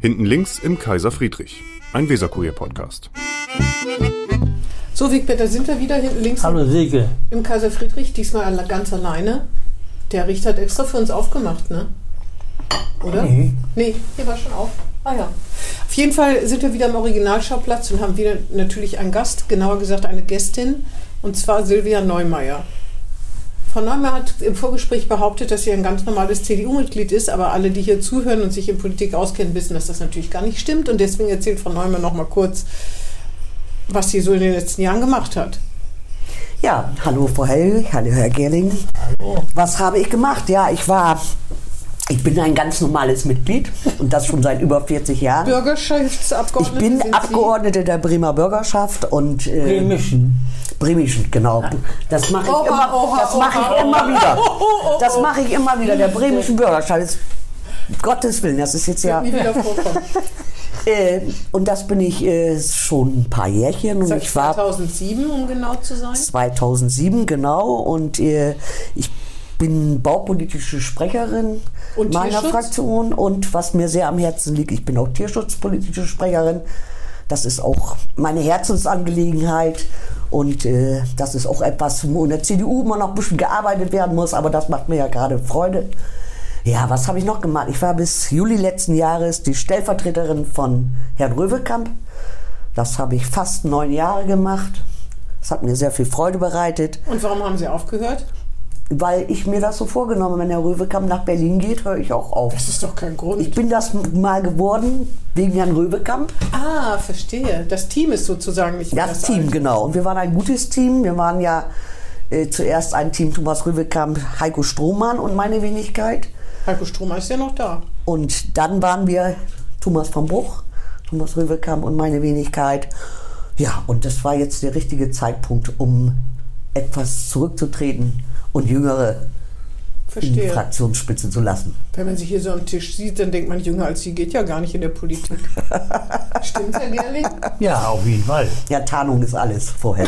Hinten links im Kaiser Friedrich. Ein Weserkurier-Podcast. So, Wigbert, da sind wir wieder hier links Hallo Silke. im Kaiser Friedrich, diesmal alle- ganz alleine. Der Richter hat extra für uns aufgemacht, ne? Oder? Nee. Nee, hier war schon auf. Ah ja. Auf jeden Fall sind wir wieder am Originalschauplatz und haben wieder natürlich einen Gast, genauer gesagt eine Gästin, und zwar Silvia Neumeier. Frau Neumeier hat im Vorgespräch behauptet, dass sie ein ganz normales CDU-Mitglied ist, aber alle, die hier zuhören und sich in Politik auskennen, wissen, dass das natürlich gar nicht stimmt. Und deswegen erzählt Frau Neumeier nochmal kurz, was sie so in den letzten Jahren gemacht hat. Ja, hallo Frau Hellwig, hallo Herr Gerling. Was habe ich gemacht? Ja, ich war, ich bin ein ganz normales Mitglied und das schon seit über 40 Jahren. Ich Bürgerschaftsabgeordnete. bin sind Sie. Abgeordnete der Bremer Bürgerschaft und äh, Bremischen. Bremischen, genau. Das mache Oha, ich immer, oha, das mache oha, ich immer wieder. oh, oh. Das mache ich immer wieder. Der bremischen Bürgerschaft ist Gottes Willen, das ist jetzt ja. Nie wieder vorkommen. Äh, und das bin ich äh, schon ein paar Jährchen und Seit ich war 2007, um genau zu sein. 2007 genau und äh, ich bin baupolitische Sprecherin Und meiner Tierschutz? Fraktion und was mir sehr am Herzen liegt, ich bin auch tierschutzpolitische Sprecherin. Das ist auch meine Herzensangelegenheit und äh, das ist auch etwas, wo in der CDU immer noch ein bisschen gearbeitet werden muss, aber das macht mir ja gerade Freude. Ja, was habe ich noch gemacht? Ich war bis Juli letzten Jahres die Stellvertreterin von Herrn Röwekamp. Das habe ich fast neun Jahre gemacht. Das hat mir sehr viel Freude bereitet, Und warum haben Sie aufgehört? weil ich mir das so vorgenommen habe, wenn Herr Röwekamp nach Berlin geht, höre ich auch auf. Das ist doch kein Ich Grund. bin das mal geworden wegen Herrn Röwekamp. Ah, verstehe. Das Team ist sozusagen nicht mehr Das Team, alte. genau. Und wir waren ein gutes Team. Wir waren ja äh, zuerst ein Team Thomas Röwekamp, Heiko Strohmann und meine Wenigkeit. Heiko Stromer ist ja noch da. Und dann waren wir Thomas von Bruch, Thomas Röwekamp und meine Wenigkeit. Ja, und das war jetzt der richtige Zeitpunkt, um etwas zurückzutreten und Jüngere in die Verstehe. Fraktionsspitze zu lassen. Wenn man sich hier so am Tisch sieht, dann denkt man, jünger als Sie geht ja gar nicht in der Politik. Stimmt's, Herr Gerling? Ja, auf jeden Fall. Ja, Tarnung ist alles vorher.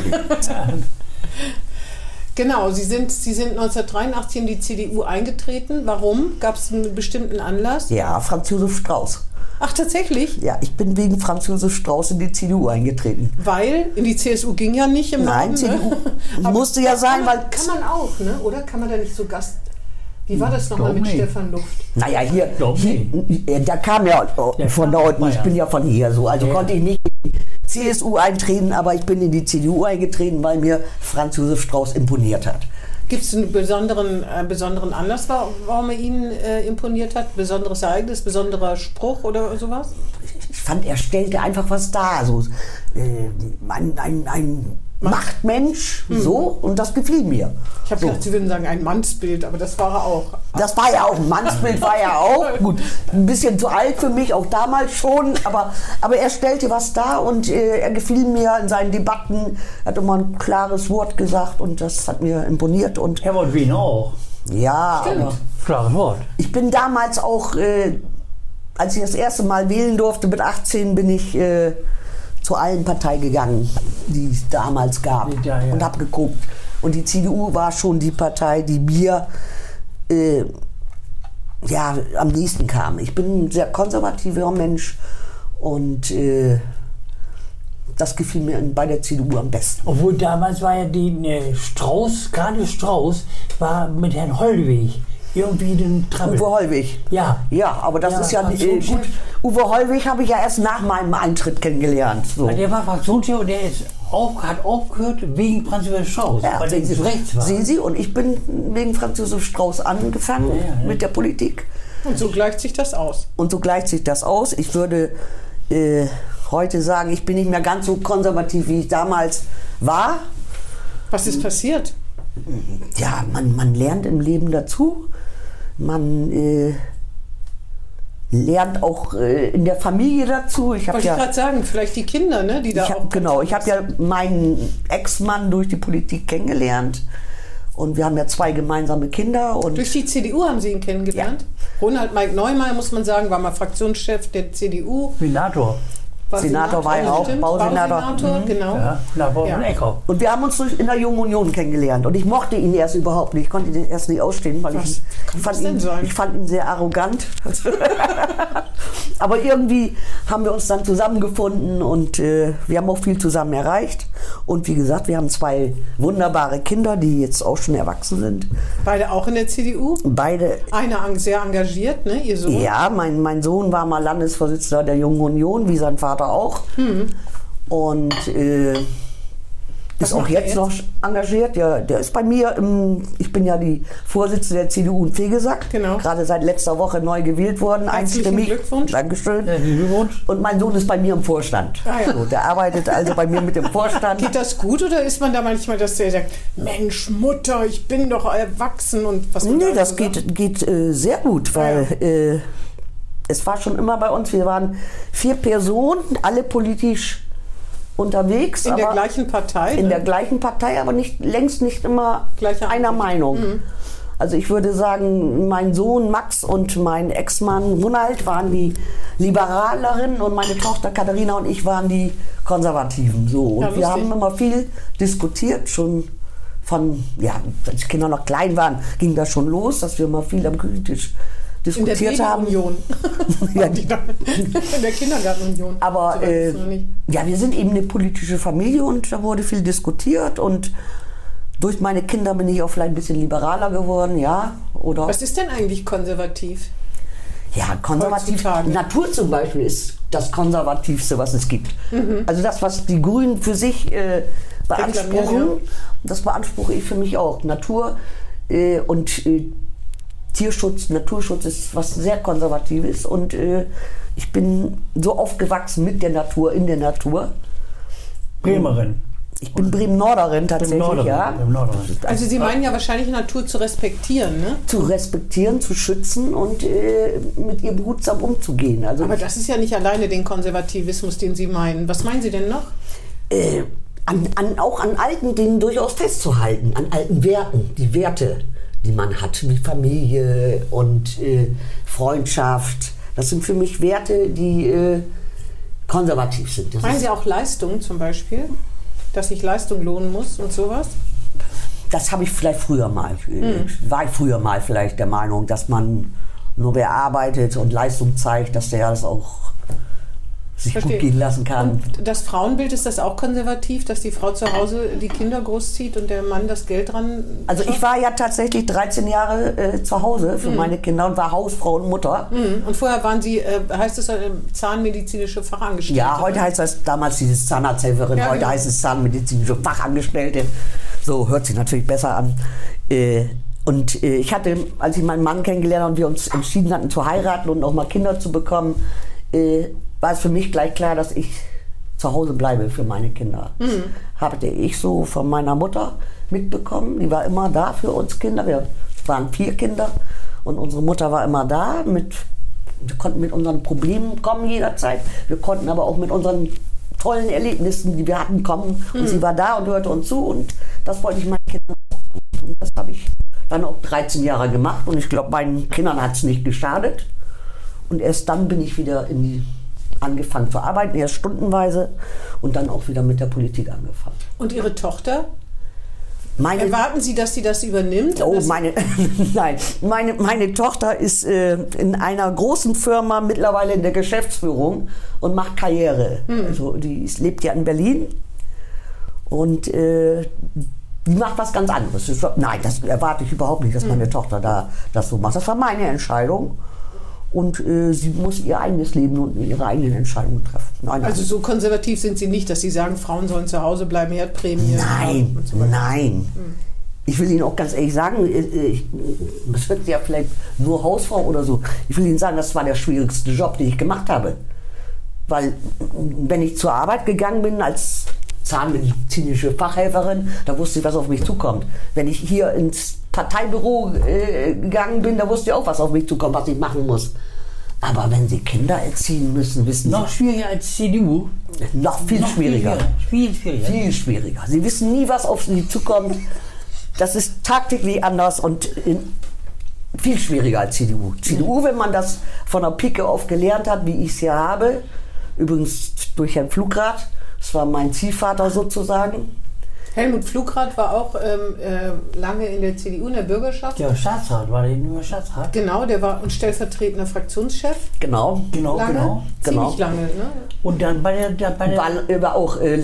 Genau, Sie sind, Sie sind 1983 in die CDU eingetreten. Warum? Gab es einen bestimmten Anlass? ja, Franz Josef Strauß. Ach, tatsächlich? Ja, ich bin wegen Franz Josef Strauß in die CDU eingetreten. Weil in die CSU ging ja nicht im Nein, Norden, ne? CDU musste ja kann sein, man, weil. Kann man auch, ne? oder? Kann man da nicht so Gast. Wie war das nochmal Doch, mit nee. Stefan Luft? Naja, hier, Glaub hier da kam ja oh, Der von kam da unten. mal, Ich ja. bin ja von hier so. Also Ja. konnte ich nicht in die CSU eintreten, aber ich bin in die CDU eingetreten, weil mir Franz Josef Strauß imponiert hat. Gibt es einen besonderen, äh, besonderen Anlass, wa- warum er Ihnen äh, imponiert hat? Besonderes Ereignis, besonderer Spruch oder sowas? Ich fand, er stellte einfach was dar. So, äh, ein, ein, ein Machtmensch, so, Hm. und das gefiel mir. Ich habe gedacht, Sie würden sagen, ein Mannsbild, aber das war er auch. Das war ja auch, ein Mannsbild war ja auch, gut, ein bisschen zu alt für mich, auch damals schon, aber, aber er stellte was dar und äh, er gefiel mir in seinen Debatten, hat immer ein klares Wort gesagt und das hat mir imponiert und Herbert Wien auch. ja, aber Klares Wort. ich bin damals auch, äh, als ich das erste Mal wählen durfte mit 18, bin ich äh, zu allen Parteien gegangen, die es damals gab Ja, ja. und habe geguckt. Und die CDU war schon die Partei, die mir äh, ja, am nächsten kam. Ich bin ein sehr konservativer Mensch und äh, das gefiel mir in- bei der CDU am besten. Obwohl damals war ja die ne, Strauß, gerade Strauß, war mit Herrn Hollweg irgendwie den Trampel. Uwe Hollweg. Ja. Ja, aber das Ja, ist ja ach, nicht so äh, gut. gut. Uwe Hollweg habe ich ja erst nach meinem Eintritt kennengelernt. So. Also Der war Fraktionschef und der ist auf, hat aufgehört wegen Franz Josef Strauß, Ja, weil der sehen Sie- zu rechts war. Sehen Sie, und ich bin wegen Franz Josef Strauß angefangen Ja, ja, ja. mit der Politik. Und so gleicht sich das aus. Und so gleicht sich das aus. Ich würde äh, heute sagen, ich bin nicht mehr ganz so konservativ, wie ich damals war. Was Hm. ist passiert? Ja, man, man lernt im Leben dazu. Man äh, lernt auch äh, in der Familie dazu. Ich habe Wollte ja ich gerade sagen, vielleicht die Kinder, ne, die da Ich auch. hab, genau, ich habe ja meinen Ex-Mann durch die Politik kennengelernt und wir haben ja zwei gemeinsame Kinder und Durch die CDU haben Sie ihn kennengelernt. Ronald Mike Neumeier, muss man sagen, war mal Fraktionschef der CDU. Senator. War Senator war er auch, stimmt, Bausenator. Mhm. Bausenator, genau. Ja, da war Ja. ein Eckhoff. und wir haben uns durch- in der Jungen Union kennengelernt und ich mochte ihn erst überhaupt nicht, ich konnte ihn erst nicht ausstehen, weil Was? ich Kann fand das denn ihn, sein? Ich fand ihn sehr arrogant. Aber irgendwie haben wir uns dann zusammengefunden und äh, wir haben auch viel zusammen erreicht. Und wie gesagt, wir haben zwei wunderbare Kinder, die jetzt auch schon erwachsen sind. Beide auch in der CDU. Beide Einer ang- sehr engagiert, ne? Ihr Sohn. ja, mein, mein Sohn war mal Landesvorsitzender der Jungen Union, wie sein Vater auch. Hm. Und äh, ist auch macht er jetzt, noch engagiert. Ja, der ist bei mir, im, ich bin ja die Vorsitzende der CDU und Fegesack. Genau. Gerade seit letzter Woche neu gewählt worden, Herzlichen einstimmig. Glückwunsch. Dankeschön. Herzlichen Glückwunsch. Und mein Sohn ist bei mir im Vorstand. Ah ja. so, der arbeitet also bei mir mit dem Vorstand. Geht das gut oder ist man da manchmal, dass der sagt, Mensch, Mutter, ich bin doch erwachsen und was man Nee, da das so sagt? geht, geht äh, sehr gut, Ah, weil äh, es war schon immer bei uns, wir waren vier Personen, alle politisch unterwegs, In aber der gleichen Partei. in ne? der gleichen Partei, aber nicht, längst nicht immer Gleicher einer Ansicht. Meinung. Also ich würde sagen, mein Sohn Max und mein Ex-Mann Ronald waren die Liberalerinnen und meine Tochter Katharina und ich waren die Konservativen. So. Und Ja, wir lustig. haben immer viel diskutiert, schon von, ja, als die Kinder noch klein waren, ging das schon los, dass wir mal viel am Küchentisch in der diskutiert haben. Babyunion. Ja. Die da- in der Kindergartenunion. Aber So weit äh, ist es noch nicht. ja, wir sind eben eine politische Familie und da wurde viel diskutiert und durch meine Kinder bin ich auch vielleicht ein bisschen liberaler geworden, ja. Oder Was ist denn eigentlich konservativ? ja, konservativ. heutzutage? Natur zum Beispiel ist das konservativste, was es gibt. Mhm. Also das, was die Grünen für sich äh, beanspruchen, Reklamieren, das beanspruche ich für mich auch. Natur äh, und äh, Tierschutz, Naturschutz ist was sehr Konservatives und äh, ich bin so aufgewachsen mit der Natur, in der Natur. Bremerin. Ich bin Bremen-Norderin tatsächlich, Bremen-Norderin, ja. Bremen-Norderin. Also Sie meinen ja wahrscheinlich Natur zu respektieren, ne? Zu respektieren, zu schützen und äh, mit ihr behutsam umzugehen. Also Aber das ist ja nicht alleine den Konservativismus, den Sie meinen. Was meinen Sie denn noch? äh, an, an, auch an alten Dingen durchaus festzuhalten, an alten Werten, die Werte, die man hat, wie Familie und äh, Freundschaft. Das sind für mich Werte, die äh, konservativ sind. Das Meinen ist Sie auch Leistung zum Beispiel? Dass ich Leistung lohnen muss und sowas? das habe ich vielleicht früher mal, äh, Mhm. war ich früher mal vielleicht der Meinung, dass man nur wer arbeitet und Leistung zeigt, dass der das auch sich Verstehe. gut gehen lassen kann. Und das Frauenbild, ist das auch konservativ, dass die Frau zu Hause die Kinder großzieht und der Mann das Geld dran also ich war ja tatsächlich 13 Jahre äh, zu Hause für meine Kinder und war Hausfrau und Mutter. Mhm. Und vorher waren Sie, äh, heißt es, äh, zahnmedizinische Fachangestellte? Ja, heute ne? heißt das damals dieses Zahnarzthelferin, Ja, heute genau. heißt es Zahnmedizinische Fachangestellte. So hört sich natürlich besser an. Äh, Und äh, ich hatte, als ich meinen Mann kennengelernt habe und wir uns entschieden hatten zu heiraten und auch mal Kinder zu bekommen, äh, war es für mich gleich klar, dass ich zu Hause bleibe für meine Kinder. Mhm. Hatte ich so von meiner Mutter mitbekommen. Die war immer da für uns Kinder. Wir waren vier Kinder und unsere Mutter war immer da mit wir konnten mit unseren Problemen kommen jederzeit. Wir konnten aber auch mit unseren tollen Erlebnissen, die wir hatten, kommen. Und sie war da und hörte uns zu. Und das wollte ich meinen Kindern auch tun. Und das habe ich dann auch 13 Jahre gemacht. Und ich glaube, meinen Kindern hat es nicht geschadet. Und erst dann bin ich wieder in die, angefangen zu arbeiten, erst stundenweise. Und dann auch wieder mit der Politik angefangen. Und Ihre Tochter? Meine Erwarten Sie, dass sie das übernimmt? Oh, Dass sie- meine, nein, meine, meine Tochter ist äh, in einer großen Firma mittlerweile in der Geschäftsführung und macht Karriere. Hm. Also die ist, lebt ja in Berlin und äh, die macht was ganz anderes. Ich, sag, nein, das erwarte ich überhaupt nicht, dass Hm. meine Tochter da das so macht. Das war meine Entscheidung und äh, sie muss ihr eigenes Leben und ihre eigenen Entscheidungen treffen. Nein, nein. also so konservativ sind Sie nicht, dass Sie sagen, Frauen sollen zu Hause bleiben, Erdprämie. Nein, nein. Hm. Ich will Ihnen auch ganz ehrlich sagen, äh, äh, ich, das hört sich ja vielleicht nur Hausfrau oder so. Ich will Ihnen sagen, das war der schwierigste Job, den ich gemacht habe. Weil, äh, wenn ich zur Arbeit gegangen bin als zahnmedizinische Fachhelferin, da wusste ich, was auf mich zukommt. Wenn ich hier ins Parteibüro äh, gegangen bin, da wusste ich auch, was auf mich zukommt, was ich machen muss. Aber wenn Sie Kinder erziehen müssen, wissen Noch schwieriger als CDU. Sie, noch viel Noch schwieriger. Viel schwieriger. Viel schwieriger. Sie wissen nie, was auf sie zukommt. Das ist tagtäglich anders und in, viel schwieriger als CDU. CDU, wenn man das von der Pike auf gelernt hat, wie ich es hier habe, übrigens durch Herrn Flugrad, das war mein Ziehvater sozusagen, Helmut Flugrad war auch ähm, äh, lange in der CDU, in der Bürgerschaft. Der Staatsrat, war der nicht mehr Staatsrat? Genau, der war und stellvertretender Fraktionschef. Genau. Genau, Lange, genau. ziemlich genau. lange. Ne? Und dann bei der, der, bei der War, er war auch äh,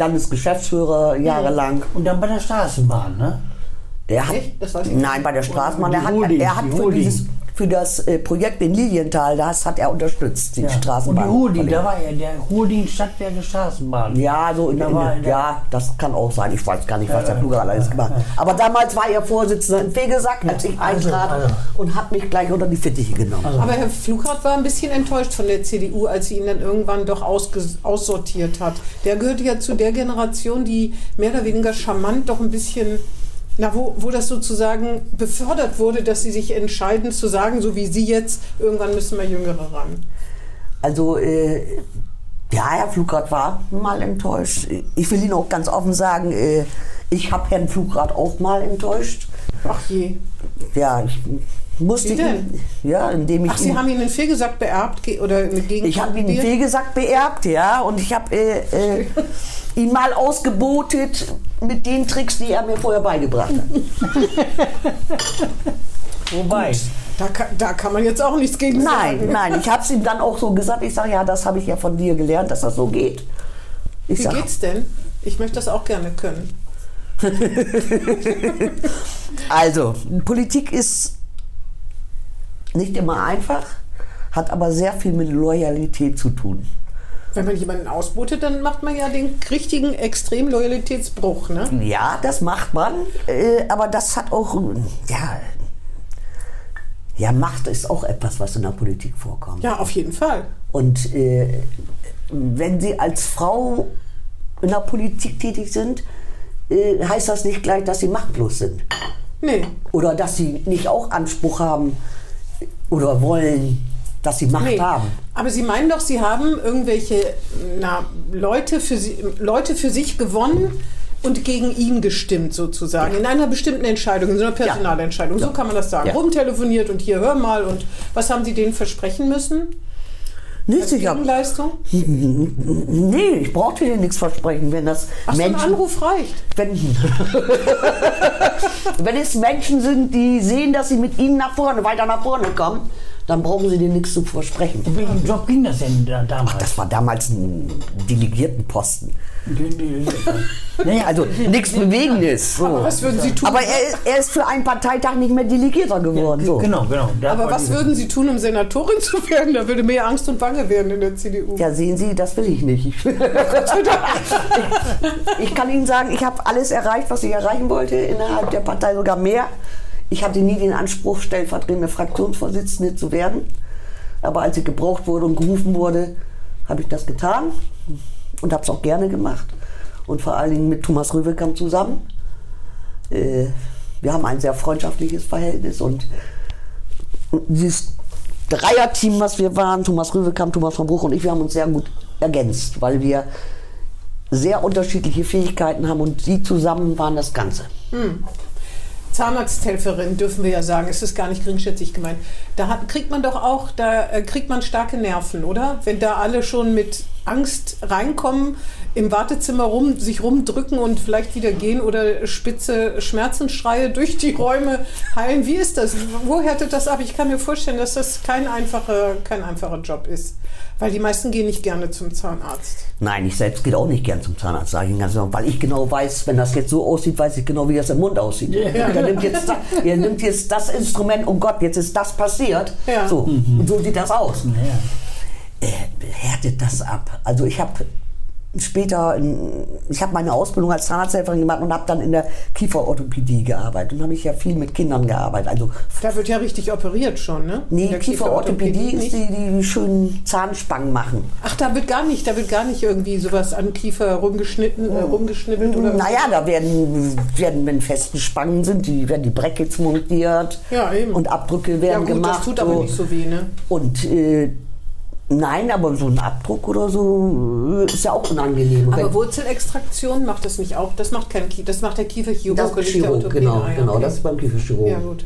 Landesgeschäftsführer jahrelang. und dann bei der Straßenbahn, ne? Er hat, Echt? Das weiß ich nein, bei der Straßenbahn. Er Die hat, Holding, er hat die für, Holding. dieses, für das äh, Projekt in Lilienthal, das hat er unterstützt, die Ja. Straßenbahn. Und die Holding, da war er, der Holding Stadtwerke Straßenbahn. Ja, so in, Da in, war er- ja, das kann auch sein. Ich weiß gar nicht, was der Fluger alles gemacht hat. Aber damals war er Vorsitzender im Fegesack, als ich also, eintrat also. und hat mich gleich unter die Fittiche genommen. Aber Herr Flugrad war ein bisschen enttäuscht von der CDU, als sie ihn dann irgendwann doch ausges- aussortiert hat. Der gehörte ja zu der Generation, die mehr oder weniger charmant doch ein bisschen, na, wo, wo das sozusagen befördert wurde, dass sie sich entscheiden zu sagen, so wie Sie jetzt, irgendwann müssen wir Jüngere ran. Also, äh, ja, Herr Flugrad war mal enttäuscht. Ich will Ihnen auch ganz offen sagen, äh, ich habe Herrn Flugrad auch mal enttäuscht. Ach je. Ja, ich musste Wie denn? ihn. Ja, indem ich Ach, Sie ihn- haben ihn in Fehlgesagt beerbt ge- oder mit Gegen Mhm. Ich habe ihn, wie gesagt, beerbt, ja. Und ich habe äh, äh, ihn mal ausgebotet mit den Tricks, die er mir vorher beigebracht hat. Wobei, da, kann, da kann man jetzt auch nichts gegen Nein, sagen. nein, ich habe es ihm dann auch so gesagt. Ich sage, ja, das habe ich ja von dir gelernt, dass das so geht. Ich Wie sag, geht's denn? Ich möchte das auch gerne können. also, Politik ist nicht immer einfach, hat aber sehr viel mit Loyalität zu tun. Wenn man jemanden ausbotet, dann macht man ja den richtigen extrem Loyalitätsbruch, ne? Ja, das macht man, äh, aber das hat auch, ja, ja, Macht ist auch etwas, was in der Politik vorkommt. Ja, auf jeden Fall. Und äh, wenn Sie als Frau in der Politik tätig sind, äh, heißt das nicht gleich, dass Sie machtlos sind. Nee, Oder dass Sie nicht auch Anspruch haben äh, oder wollen, dass Sie Macht nee. haben. Aber Sie meinen doch, Sie haben irgendwelche na, Leute, für Sie, Leute für sich gewonnen und gegen ihn gestimmt sozusagen. In einer bestimmten Entscheidung, in so einer Personalentscheidung. So kann man das sagen. Ja. Rumtelefoniert und hier, hör mal. Und was haben Sie denen versprechen müssen? Nicht sicher. Gegenleistung? Nee, ich brauchte dir nichts versprechen, wenn das Ach, so ein Menschen Anruf reicht. wenn, wenn es Menschen sind, die sehen, dass sie mit ihnen nach vorne, weiter nach vorne kommen, dann brauchen sie dir nichts zu versprechen. welchen Job ging das denn da, damals? Das war damals ein Delegiertenposten. naja, Also nichts Bewegendes. So. Aber was würden Sie tun? Aber er, er ist für einen Parteitag nicht mehr Delegierter geworden. So. genau, genau. Da Aber war was diese- würden Sie tun, um Senatorin zu werden? Da würde mehr Angst und Bange werden in der CDU. Ja, sehen Sie, das will ich nicht. Ich, ich kann Ihnen sagen, ich habe alles erreicht, was ich erreichen wollte, innerhalb der Partei sogar mehr. Ich hatte nie den Anspruch, stellvertretende Fraktionsvorsitzende zu werden. Aber als ich gebraucht wurde und gerufen wurde, habe ich das getan und habe es auch gerne gemacht. Und vor allen Dingen mit Thomas Röwekamp zusammen. Äh, wir haben ein sehr freundschaftliches Verhältnis und dieses Dreierteam, was wir waren, Thomas Rüwekamp, Thomas von Bruch und ich, wir haben uns sehr gut ergänzt, weil wir sehr unterschiedliche Fähigkeiten haben und die zusammen waren das Ganze. Zahnarzthelferin dürfen wir ja sagen, es ist gar nicht geringschätzig gemeint. Da hat, kriegt man doch auch, da äh, kriegt man starke Nerven, oder? Wenn da alle schon mit Angst reinkommen, im Wartezimmer rum, sich rumdrücken und vielleicht wieder gehen oder spitze Schmerzensschreie durch die Räume heilen. Wie ist das? Wo härtet das ab? Ich kann mir vorstellen, dass das kein einfacher, kein einfacher Job ist. Weil die meisten gehen nicht gerne zum Zahnarzt. Nein, ich selbst gehe auch nicht gern zum Zahnarzt, sage ich Ihnen ganz genau, weil ich genau weiß, wenn das jetzt so aussieht, weiß ich genau, wie das im Mund aussieht. Er, nimmt jetzt da, er nimmt jetzt das Instrument, oh Gott, jetzt ist das passiert. Ja. Mhm. So, und so sieht das aus. Ja. äh, härtet das ab. Also ich habe später, in, ich habe meine Ausbildung als Zahnarzthelferin gemacht und habe dann in der Kieferorthopädie gearbeitet. Und habe ich ja viel mit Kindern gearbeitet. Also Da wird ja richtig operiert schon, ne? In nee, der Kieferorthopädie nicht. ist die, die die schönen Zahnspangen machen. Ach, da wird gar nicht, da wird gar nicht irgendwie sowas am Kiefer rumgeschnitten, äh, rumgeschnibbelt oder. Naja, Hm, da werden, werden, wenn festen Spangen sind, die werden die Brackets montiert Ja, eben. und Abdrücke ja werden gut, gemacht. das tut aber so. nicht so weh, ne? Und äh, nein, aber so ein Abdruck oder so äh, ist ja auch unangenehm. Aber Wenn- Wurzelextraktion macht das nicht auch. Das macht kein Kiefer, das macht der Kieferchirurg. das und nicht der Chirurg, Orthopäde. genau, Ah, ja, genau, okay. das ist beim Kieferchirurg. Ja gut.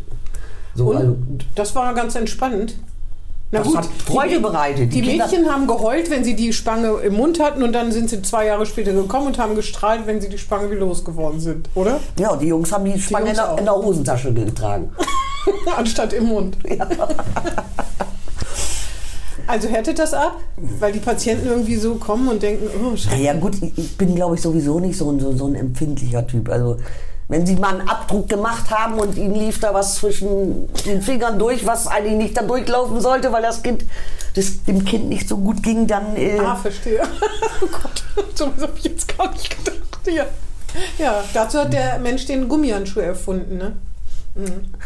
So, also, Und das war ganz entspannend. Na das gut, hat Freude die- bereitet. Die Kinder- Mädchen haben geheult, wenn sie die Spange im Mund hatten und dann sind sie zwei Jahre später gekommen und haben gestrahlt, wenn sie die Spange wieder losgeworden sind, oder? Ja, die Jungs haben die Spange in Jungs der, auch. in der Hosentasche getragen. Anstatt im Mund. Also härtet das ab, weil die Patienten irgendwie so kommen und denken, oh, Scheiße. Naja gut, ich, ich bin glaube ich sowieso nicht so ein, so, so ein empfindlicher Typ. Also wenn sie mal einen Abdruck gemacht haben und ihnen lief da was zwischen den Fingern durch, was eigentlich nicht da durchlaufen sollte, weil das Kind das dem Kind nicht so gut ging, dann äh, Ah, verstehe. Oh Gott, so habe ich jetzt gar nicht gedacht. Ja. ja, dazu hat der Mensch den Gummihandschuh erfunden, ne?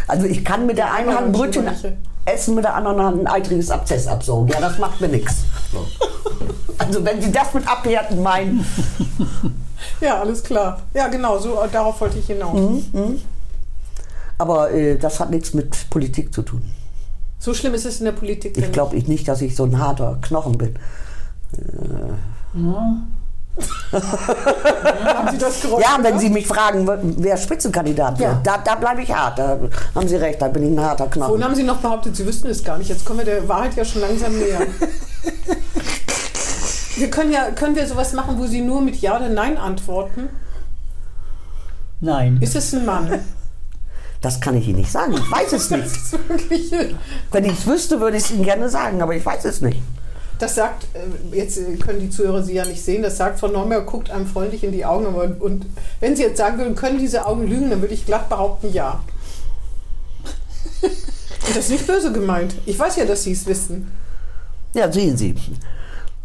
also ich kann mit der einen Ja, Hand Brötchen Schubertchen. essen, mit der anderen Hand ein eitriges Abzess absaugen. Ja, das macht mir nichts. Also wenn sie das mit abhärten meinen, Ja, alles klar. Ja, genau, so, darauf wollte ich hinaus. Mhm. aber äh, das hat nichts mit Politik zu tun. So schlimm ist es in der Politik. Ich denn glaube ich nicht, dass ich so ein harter Knochen bin. nicht. Haben Sie das Geräusch Ja, wenn gehört? Sie mich fragen, wer Spitzenkandidat wird, ne? Ja. da, da bleibe ich hart. Da haben Sie recht, da bin ich ein harter Vorhin Knochen. haben Sie noch behauptet, Sie wüssten es gar nicht. Jetzt kommen wir der Wahrheit ja schon langsam näher. Wir können ja, können wir sowas machen, wo Sie nur mit Ja oder Nein antworten? Nein. Ist es ein Mann? Das kann ich Ihnen nicht sagen. Ich weiß es Das nicht. ist wirklich. Wenn ich es wüsste, würde ich es Ihnen gerne sagen, aber ich weiß es nicht. Das sagt, äh, jetzt äh, können die Zuhörer sie ja nicht sehen, das sagt Frau Normer, guckt einem freundlich in die Augen. aber- Und wenn sie jetzt sagen würden, können diese Augen lügen, dann würde ich glatt behaupten, ja. Und das ist nicht böse gemeint. Ich weiß ja, dass sie es wissen. Ja, sehen Sie.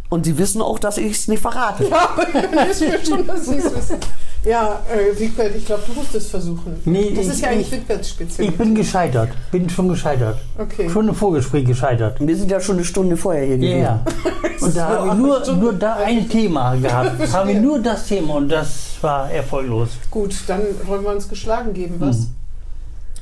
Und Sie wissen auch, dass ich es nicht verrate. Ja, aber dann wissen wir schon, dass sie es wissen. Ja, äh, Wigbert, ich glaube, du musst es versuchen. Nee, das ich- ist ja eigentlich ich- Wigberts Ich speziell. bin gescheitert. Bin schon gescheitert. Okay. Schon im Vorgespräch gescheitert. Wir sind ja schon eine Stunde vorher hier Ja, gewesen. ja. Und da haben wir nur, nur da ein Thema gehabt. Haben wir nur das Thema und das war erfolglos. Gut, dann wollen wir uns geschlagen geben, was? Mhm.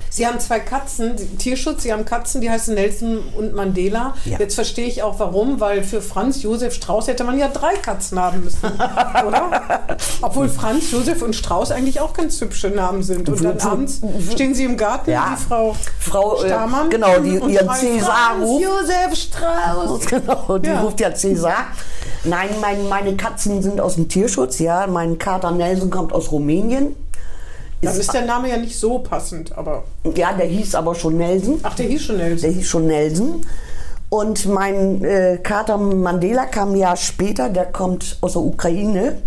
Sie haben zwei Katzen, die- Tierschutz, Sie haben Katzen, die heißen Nelson und Mandela. Ja. Jetzt verstehe ich auch warum, weil für Franz Josef Strauß hätte man ja drei Katzen haben müssen, oder? Obwohl Franz Josef und Strauß eigentlich auch ganz hübsche Namen sind. Und dann abends stehen sie im Garten, Ja. die Frau Frau, äh, Stamann. genau, die und ihren schreien, Cäsar Franz ruft. Josef Strauß. Genau, die Ja. ruft ja Cäsar. Nein, mein, meine Katzen sind aus dem Tierschutz, ja. Mein Kater Nelson kommt aus Rumänien. Dann ist der Name ja nicht so passend, aber. Ja, der hieß aber schon Nelson. Ach, der hieß schon Nelson. der hieß schon Nelson. Und mein äh, Kater Mandela kam ein Jahr später, der kommt aus der Ukraine.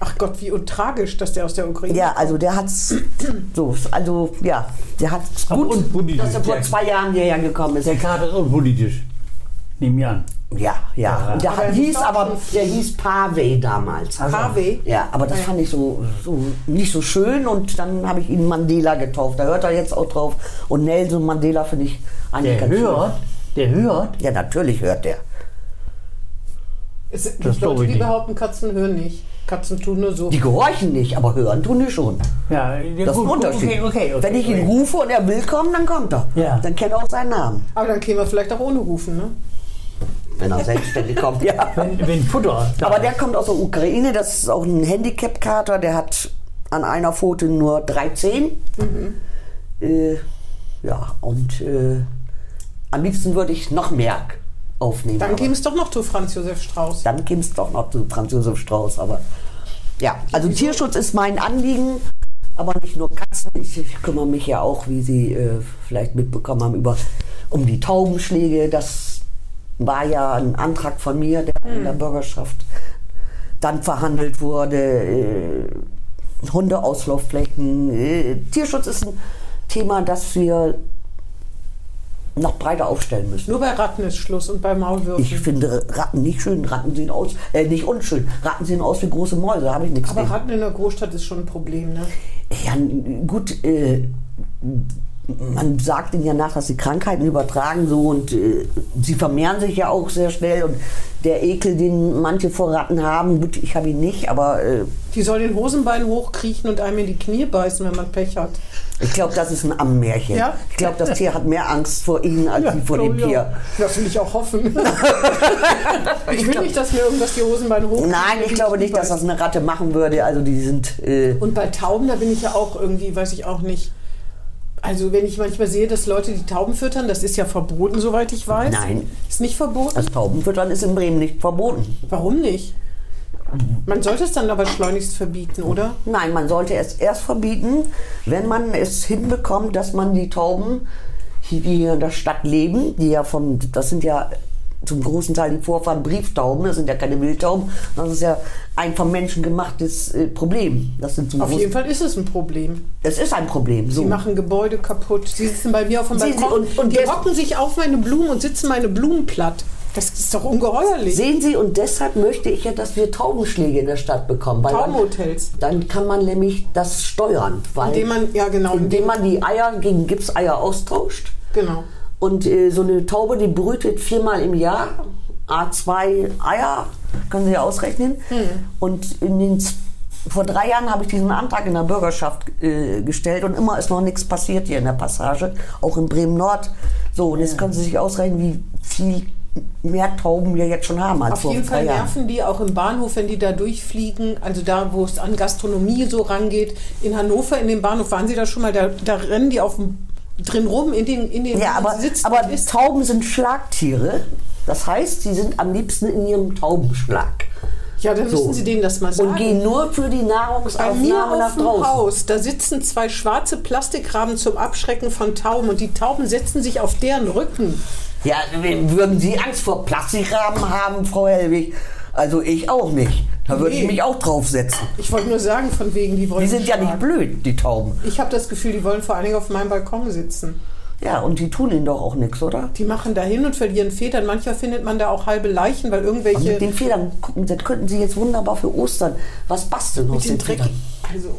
Ach Gott, wie tragisch, dass der aus der Ukraine Ja, also der hat's so, also ja, der hat's Aber gut, unpolitisch, dass er vor ja. zwei Jahren hierher gekommen ist. Der Kater ist unpolitisch. Nehmen wir an. Ja, ja. Und der Aber hat- er hieß ist doch aber, schon- der hieß Pave damals. Harvey. Ja, aber das fand ich so, so nicht so schön und dann habe ich ihn Mandela getauft. Da hört er jetzt auch drauf. Und Nelson Mandela finde ich eigentlich Der ganz hört, der hört. schön. Ja, natürlich hört der. Es gibt Das glaub Leute, ich die nicht. behaupten, Katzen hören nicht. Katzen tun nur so. Die gehorchen nicht, aber hören tun die schon. Ja, der Das ist ein Unterschied. Okay, okay, okay, Wenn ich ihn okay. rufe und er will kommen, dann kommt er. Ja. Dann kennt er auch seinen Namen. Aber dann kämen wir vielleicht auch ohne rufen, ne? Wenn er selbstständig kommt, ja. Wenn, wenn Futter. da Aber ist. der kommt aus der Ukraine, das ist auch ein Handicap-Kater, der hat an einer Pfote nur 13. Mhm. Äh, ja, und äh, am liebsten würde ich noch mehr aufnehmen. Dann aber käme es doch noch zu Franz Josef Strauß. dann käme es doch noch zu Franz Josef Strauß. Aber ja, also Tierschutz ist mein Anliegen, aber nicht nur Katzen. Ich, ich kümmere mich ja auch, wie Sie äh, vielleicht mitbekommen haben, über, um die Taubenschläge. Das war ja ein Antrag von mir, der in der Bürgerschaft dann verhandelt wurde. Äh, Hundeauslaufflächen. Äh, Tierschutz ist ein Thema, das wir noch breiter aufstellen müssen. Nur bei Ratten ist Schluss und bei Maulwürfen. Ich finde Ratten nicht schön. Ratten sehen aus, äh, nicht unschön. Ratten sehen aus wie große Mäuse. Da habe ich nichts Aber gegen. Ratten in der Großstadt ist schon ein Problem, ne? Ja, n- gut, äh, man sagt ihnen ja nach, dass sie Krankheiten übertragen so und äh, sie vermehren sich ja auch sehr schnell. Und der Ekel, den manche vor Ratten haben, gut, ich habe ihn nicht, aber äh, Die sollen den Hosenbein hochkriechen und einem in die Knie beißen, wenn man Pech hat. ich glaube, das ist ein Ammenmärchen. Ja? Ich glaube, das Tier hat mehr Angst vor ihnen als sie vor dem Oh, ja. Tier. Das will ich auch hoffen. ich will nicht, dass mir irgendwas die Hosenbein hoch. Nein, ich glaube nicht, dass das eine Ratte machen würde. Also die sind. Äh, Und bei Tauben, da bin ich ja auch irgendwie, weiß ich auch nicht. Also wenn ich manchmal sehe, dass Leute die Tauben füttern, das ist ja verboten, soweit ich weiß. Nein. Also- Ist nicht verboten? Das Taubenfüttern ist in Bremen nicht verboten. Warum nicht? Man sollte es dann aber schleunigst verbieten, oder? Nein, man sollte es erst verbieten, wenn man es hinbekommt, dass man die Tauben, die hier in der Stadt leben, die ja von, das sind ja zum großen Teil die Vorfahren Brieftauben, das sind ja keine Wildtauben, das ist ja ein vom Menschen gemachtes äh, Problem. Das sind zum Auf jeden großen, Fall ist es ein Problem. es ist ein Problem. So. Die machen Gebäude kaputt. Sie sitzen bei mir auf dem Sie- Sie- Balkon und- und die jetzt- hocken sich auf meine Blumen und sitzen meine Blumen platt. Das ist doch ungeheuerlich. Sehen Sie, und deshalb möchte ich ja, dass wir Taubenschläge in der Stadt bekommen. weil dann- Taubenhotels. Dann kann man nämlich das steuern. Weil Indem man- ja, genau. Indem man die Eier gegen Gipseier austauscht. Genau. Und äh, so eine Taube, die brütet viermal im Jahr A2 Eier, können Sie ja ausrechnen. Hm. Und in den, z- vor drei Jahren habe ich diesen Antrag in der Bürgerschaft äh, gestellt und immer ist noch nichts passiert hier in der Passage, auch in Bremen-Nord. So, und jetzt können Sie sich ausrechnen, wie viel mehr Tauben wir jetzt schon haben als Auf vor jeden drei Fall Jahren. nerven die auch im Bahnhof, wenn die da durchfliegen, also da, wo es an Gastronomie so rangeht. In Hannover, in dem Bahnhof, waren sie da schon mal, da, da rennen die auf dem, drin rum, in den, in den Ja, aber, sitzen aber und isst. Tauben sind Schlagtiere. Das heißt, sie sind am liebsten in ihrem Taubenschlag. ja, dann so. müssen sie denen das mal sagen. Und gehen nur für die Bei mir Nahrungsaufnahme auf nach dem draußen. Haus, da sitzen zwei schwarze Plastikraben zum Abschrecken von Tauben und die Tauben setzen sich auf deren Rücken. Ja, w- würden Sie Angst vor Plastikrahmen haben, Frau Hellwig? Also ich auch nicht. Da würde Nee. ich mich auch draufsetzen. Ich wollte nur sagen, von wegen, die wollen Die sind ja schlagen. nicht blöd, die Tauben. Ich habe das Gefühl, die wollen vor allen Dingen auf meinem Balkon sitzen. Ja, und die tun ihnen doch auch nichts, oder? Die machen da hin und verlieren Federn. Manchmal findet man da auch halbe Leichen, weil Und irgendwelche mit den Federn, gucken Sie, das könnten Sie jetzt wunderbar für Ostern was basteln aus den den Dreck. Federn. Also,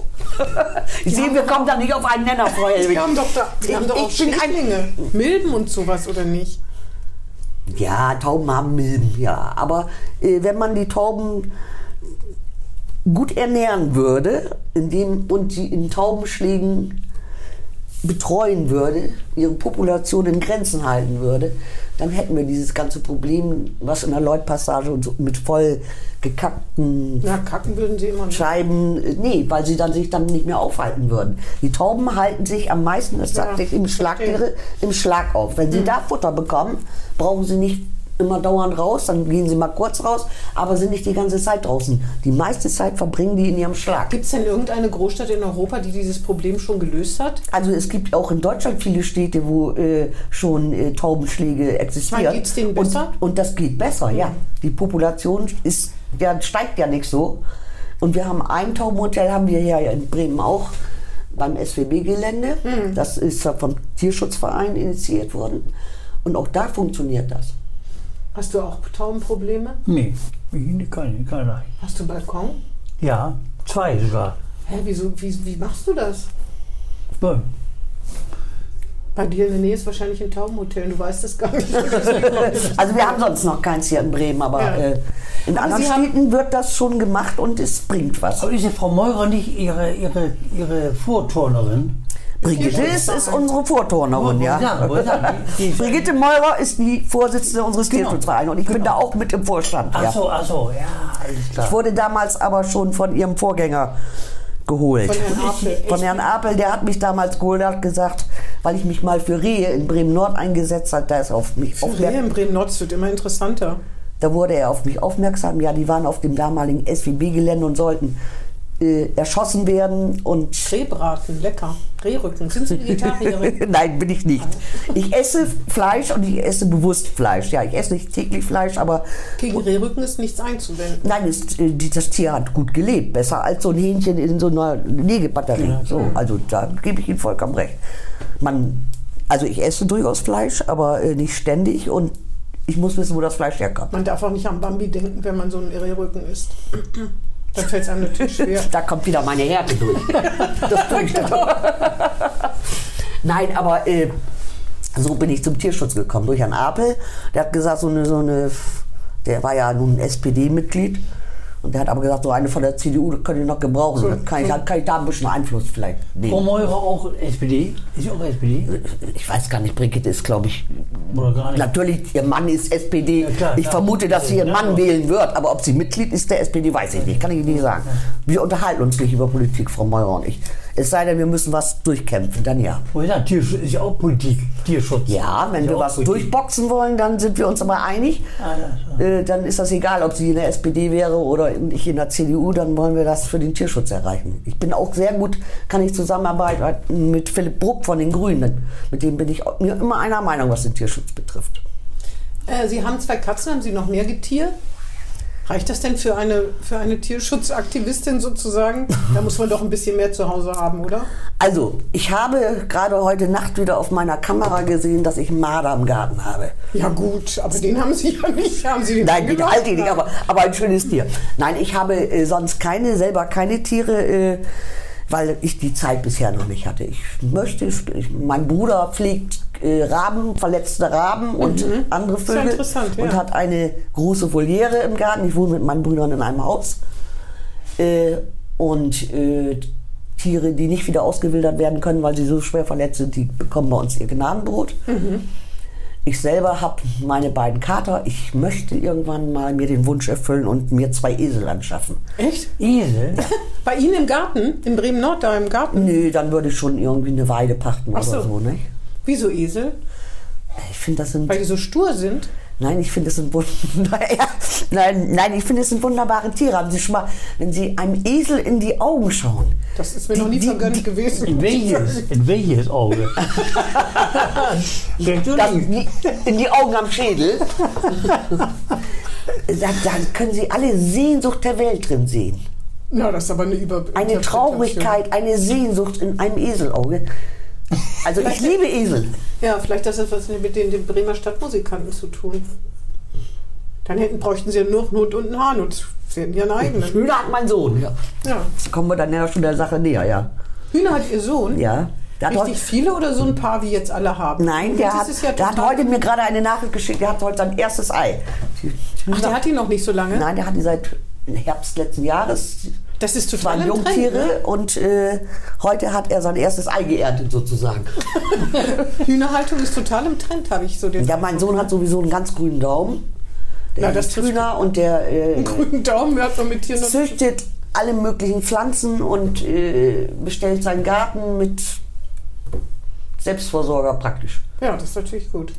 Sie sehen, wir kommen da nicht auf einen Nenner, Frau Hellwig. die haben doch da, die Ich- haben doch auch ich bin ein- Schädlinge, Milben und sowas oder nicht? Ja, Tauben haben Milben, ja. Aber äh, wenn man die Tauben gut ernähren würde indem, und sie in Taubenschlägen betreuen würde, ihre Population in Grenzen halten würde, dann hätten wir dieses ganze Problem, was in der Lloyd-Passage und so mit voll gekackten Na, kacken würden sie immer nicht. Scheiben, äh, nee, weil sie dann sich dann nicht mehr aufhalten würden. Die Tauben halten sich am meisten, das sagte Ja, ich, im Schlag, äh, verstehe. Hm. im Schlag auf. Wenn sie da Futter bekommen, brauchen sie nicht immer dauernd raus, dann gehen sie mal kurz raus, aber sind nicht die ganze Zeit draußen. Die meiste Zeit verbringen die in ihrem Schlag. Gibt es denn irgendeine Großstadt in Europa, die dieses Problem schon gelöst hat? Also es gibt auch in Deutschland viele Städte, wo äh, schon äh, Taubenschläge existieren. geht's denen besser? Und, und das geht besser, ja. Die Population ist, ja, steigt ja nicht so. Und wir haben ein Taubenhotel, haben wir ja in Bremen auch beim SWB-Gelände. Hm. Das ist ja vom Tierschutzverein initiiert worden. Und auch da funktioniert das. Hast du auch Taubenprobleme? Nee, ich keine, keine. Hast du Balkon? Ja, zwei sogar. Hä, wieso, wie, wie machst du das? Ja. Bei dir in der Nähe ist wahrscheinlich ein Taubenhotel und du weißt das gar nicht. Also wir haben sonst noch keins hier in Bremen, aber Ja. äh, in Aber anderen Sie haben- Städten wird das schon gemacht und es bringt was. Aber ist ja Frau Meurer nicht ihre, ihre, ihre Vorturnerin? Brigitte ist, ist unsere Vorturnerin, ja. Ja, wollte ich sagen, die- die- Brigitte Meurer ist die Vorsitzende unseres Genau. Tierschutzvereins und ich bin da auch mit im Vorstand. Ja. Ach so, ach so, ja, alles Ich klar. wurde damals aber schon von ihrem Vorgänger geholt. Von Herrn Apel. Von Herrn Apel, der hat mich damals geholt, der hat gesagt, weil ich mich mal für Rehe in Bremen-Nord eingesetzt hat, da ist er auf mich Rehe aufmerksam. in Bremen-Nord es wird immer interessanter. Da wurde er auf mich aufmerksam. Ja, die waren auf dem damaligen SWB-Gelände und sollten äh, erschossen werden und Rehbraten, lecker. Rehrücken. Sind sie Vegetarierin? Nein, bin ich nicht. Ich esse Fleisch und ich esse bewusst Fleisch. Ja, ich esse nicht täglich Fleisch, aber Gegen Rehrücken ist nichts einzuwenden. nein, es, äh, die- das Tier hat gut gelebt. Besser als so ein Hähnchen in so einer Legebatterie. so, also da gebe ich Ihnen vollkommen recht. Man, also ich esse durchaus Fleisch, aber äh, nicht ständig und ich muss wissen, wo das Fleisch herkommt. Man darf auch nicht am Bambi denken, wenn man so ein Rehrücken isst. Dann fällt es einem natürlich schwer. Da kommt wieder meine Härte durch. Das tue ich dann auch. Nein, aber äh, so bin ich zum Tierschutz gekommen. Durch Herrn Apel. Der hat gesagt, so eine, so eine der war ja nun SPD-Mitglied. Und der hat aber gesagt, so eine von der CDU, das könnte ich noch gebrauchen. Dann kann ich, kann ich da ein bisschen Einfluss vielleicht Frau nehmen. Meurer auch SPD? Ist sie auch SPD? Ich weiß gar nicht, Brigitte ist, glaube ich, Oder gar nicht? natürlich, ihr Mann ist SPD. Ja, klar, ich klar. vermute, dass sie ihren Mann Ja. wählen wird. Aber ob sie Mitglied ist der SPD, weiß ich nicht. Kann ich Ihnen nicht sagen. Wir unterhalten uns nicht über Politik, Frau Meurer und ich. Es sei denn, wir müssen was durchkämpfen, dann ja. Und ja, Tierschutz ist ja auch Politik, Tierschutz. Ja, wenn Ist wir auch was Politik. durchboxen wollen, dann sind wir uns aber einig. Ah, das- Äh, dann ist das egal, ob sie in der SPD wäre oder in- ich in der CDU, dann wollen wir das für den Tierschutz erreichen. Ich bin auch sehr gut, kann ich zusammenarbeiten mit Philipp Bruck von den Grünen. Mit dem bin ich auch- mir immer einer Meinung, was den Tierschutz betrifft. Äh, Sie haben zwei Katzen, haben Sie noch mehr Getier? Reicht das denn für eine, für eine Tierschutzaktivistin sozusagen? Da muss man doch ein bisschen mehr zu Hause haben, oder? Also, ich habe gerade heute Nacht wieder auf meiner Kamera gesehen, dass ich einen Marder im Garten habe. Ja gut, aber den haben Sie ja nicht. Haben Sie den Nein, die eingeladen? alte nicht, aber, aber ein schönes Tier. Nein, ich habe äh, sonst keine, selber keine Tiere, äh, weil ich die Zeit bisher noch nicht hatte. Ich möchte, ich, mein Bruder pflegt äh, Raben, verletzte Raben und andere ja Vögel interessant, ja. und hat eine große Voliere im Garten. Ich wohne mit meinen Brüdern in einem Haus. Äh, und äh, Tiere, die nicht wieder ausgewildert werden können, weil sie so schwer verletzt sind, die bekommen bei uns ihr Gnadenbrot. Mhm. Ich selber habe meine beiden Kater. Ich möchte irgendwann mal mir den Wunsch erfüllen und mir zwei Esel anschaffen. Echt? Esel? Bei Ihnen im Garten? In Bremen-Nord, da im Garten? Nö, dann würde ich schon irgendwie eine Weide pachten Mhm. Ach oder so. so, ne? Wieso Esel? Ich finde, das sind. Weil die so stur sind? Nein, ich finde, das sind wund- naja, nein, nein, ich finde, das sind wunderbare Tiere. Haben Sie schon mal, wenn Sie einem Esel in die Augen schauen? Das ist mir Die- noch nie die- vergönnt die- gewesen. In welches? In welches Auge? Rechts oder Das, links? die, in die Augen am Schädel. da, da können Sie alle Sehnsucht der Welt drin sehen. Na, das ist aber eine Über Eine Traurigkeit, eine Sehnsucht in einem Eselauge. Also ich liebe Esel. Ja, vielleicht hat das was mit den, den Bremer Stadtmusikanten zu tun. Dann hätten, bräuchten sie ja nur einen Hund und einen Hahn und sie hätten ihren eigenen. Hühner hat mein Sohn. Ja. Ja. Kommen wir dann ja schon der Sache näher, ja. Hühner hat ihr Sohn? ja. Der hat Richtig heute- viele oder so ein paar, wie jetzt alle haben? nein, Und der das hat, ist ja der hat total- heute mir gerade eine Nachricht geschickt, der hat heute sein erstes Ei. Ach, der hat die noch nicht so lange? Nein, der hat die seit Herbst letzten Jahres. Das ist Das waren total im Trend, Jungtiere ne? und äh, heute hat er sein erstes Ei geerntet sozusagen. ne? Hühnerhaltung ist total im Trend, habe ich so den Ja, mein Sohn hat sowieso einen ganz grünen Daumen. Der Na, das ist trifft- grüner und der äh, grünen Daumen. Hört man mit Tieren noch- züchtet alle möglichen Pflanzen und äh, bestellt seinen Garten mit Selbstversorger praktisch. Ja, das ist natürlich gut.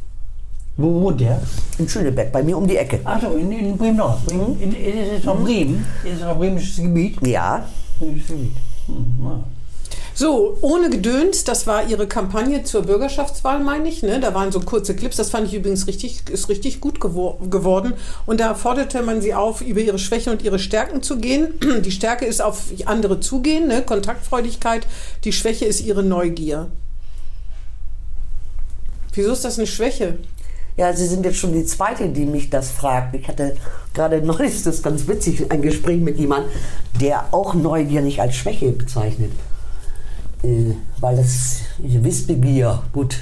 Wo wohnt der? In Schönebeck, bei mir um die Ecke. Achso, in, in Bremen-Nord. Bremen, in, in, ist es noch Bremen? Ist es noch bremisches Gebiet? Ja, Bremisches Gebiet. Hm, ja. So, ohne Gedöns, das war ihre Kampagne zur Bürgerschaftswahl, meine ich. Ne? Da waren so kurze Clips, das fand ich übrigens richtig, ist richtig gut gewor geworden. Und da forderte man sie auf, über ihre Schwächen und ihre Stärken zu gehen. Die Stärke ist auf andere zugehen, ne? Kontaktfreudigkeit. Die Schwäche ist ihre Neugier. Wieso ist das eine Schwäche? Ja, Sie sind jetzt schon die zweite, die mich das fragt. Ich hatte gerade neulich, das ist ganz witzig, ein Gespräch mit jemandem, der auch neugierig als Schwäche bezeichnet. Äh, weil das Wissbegier, gut.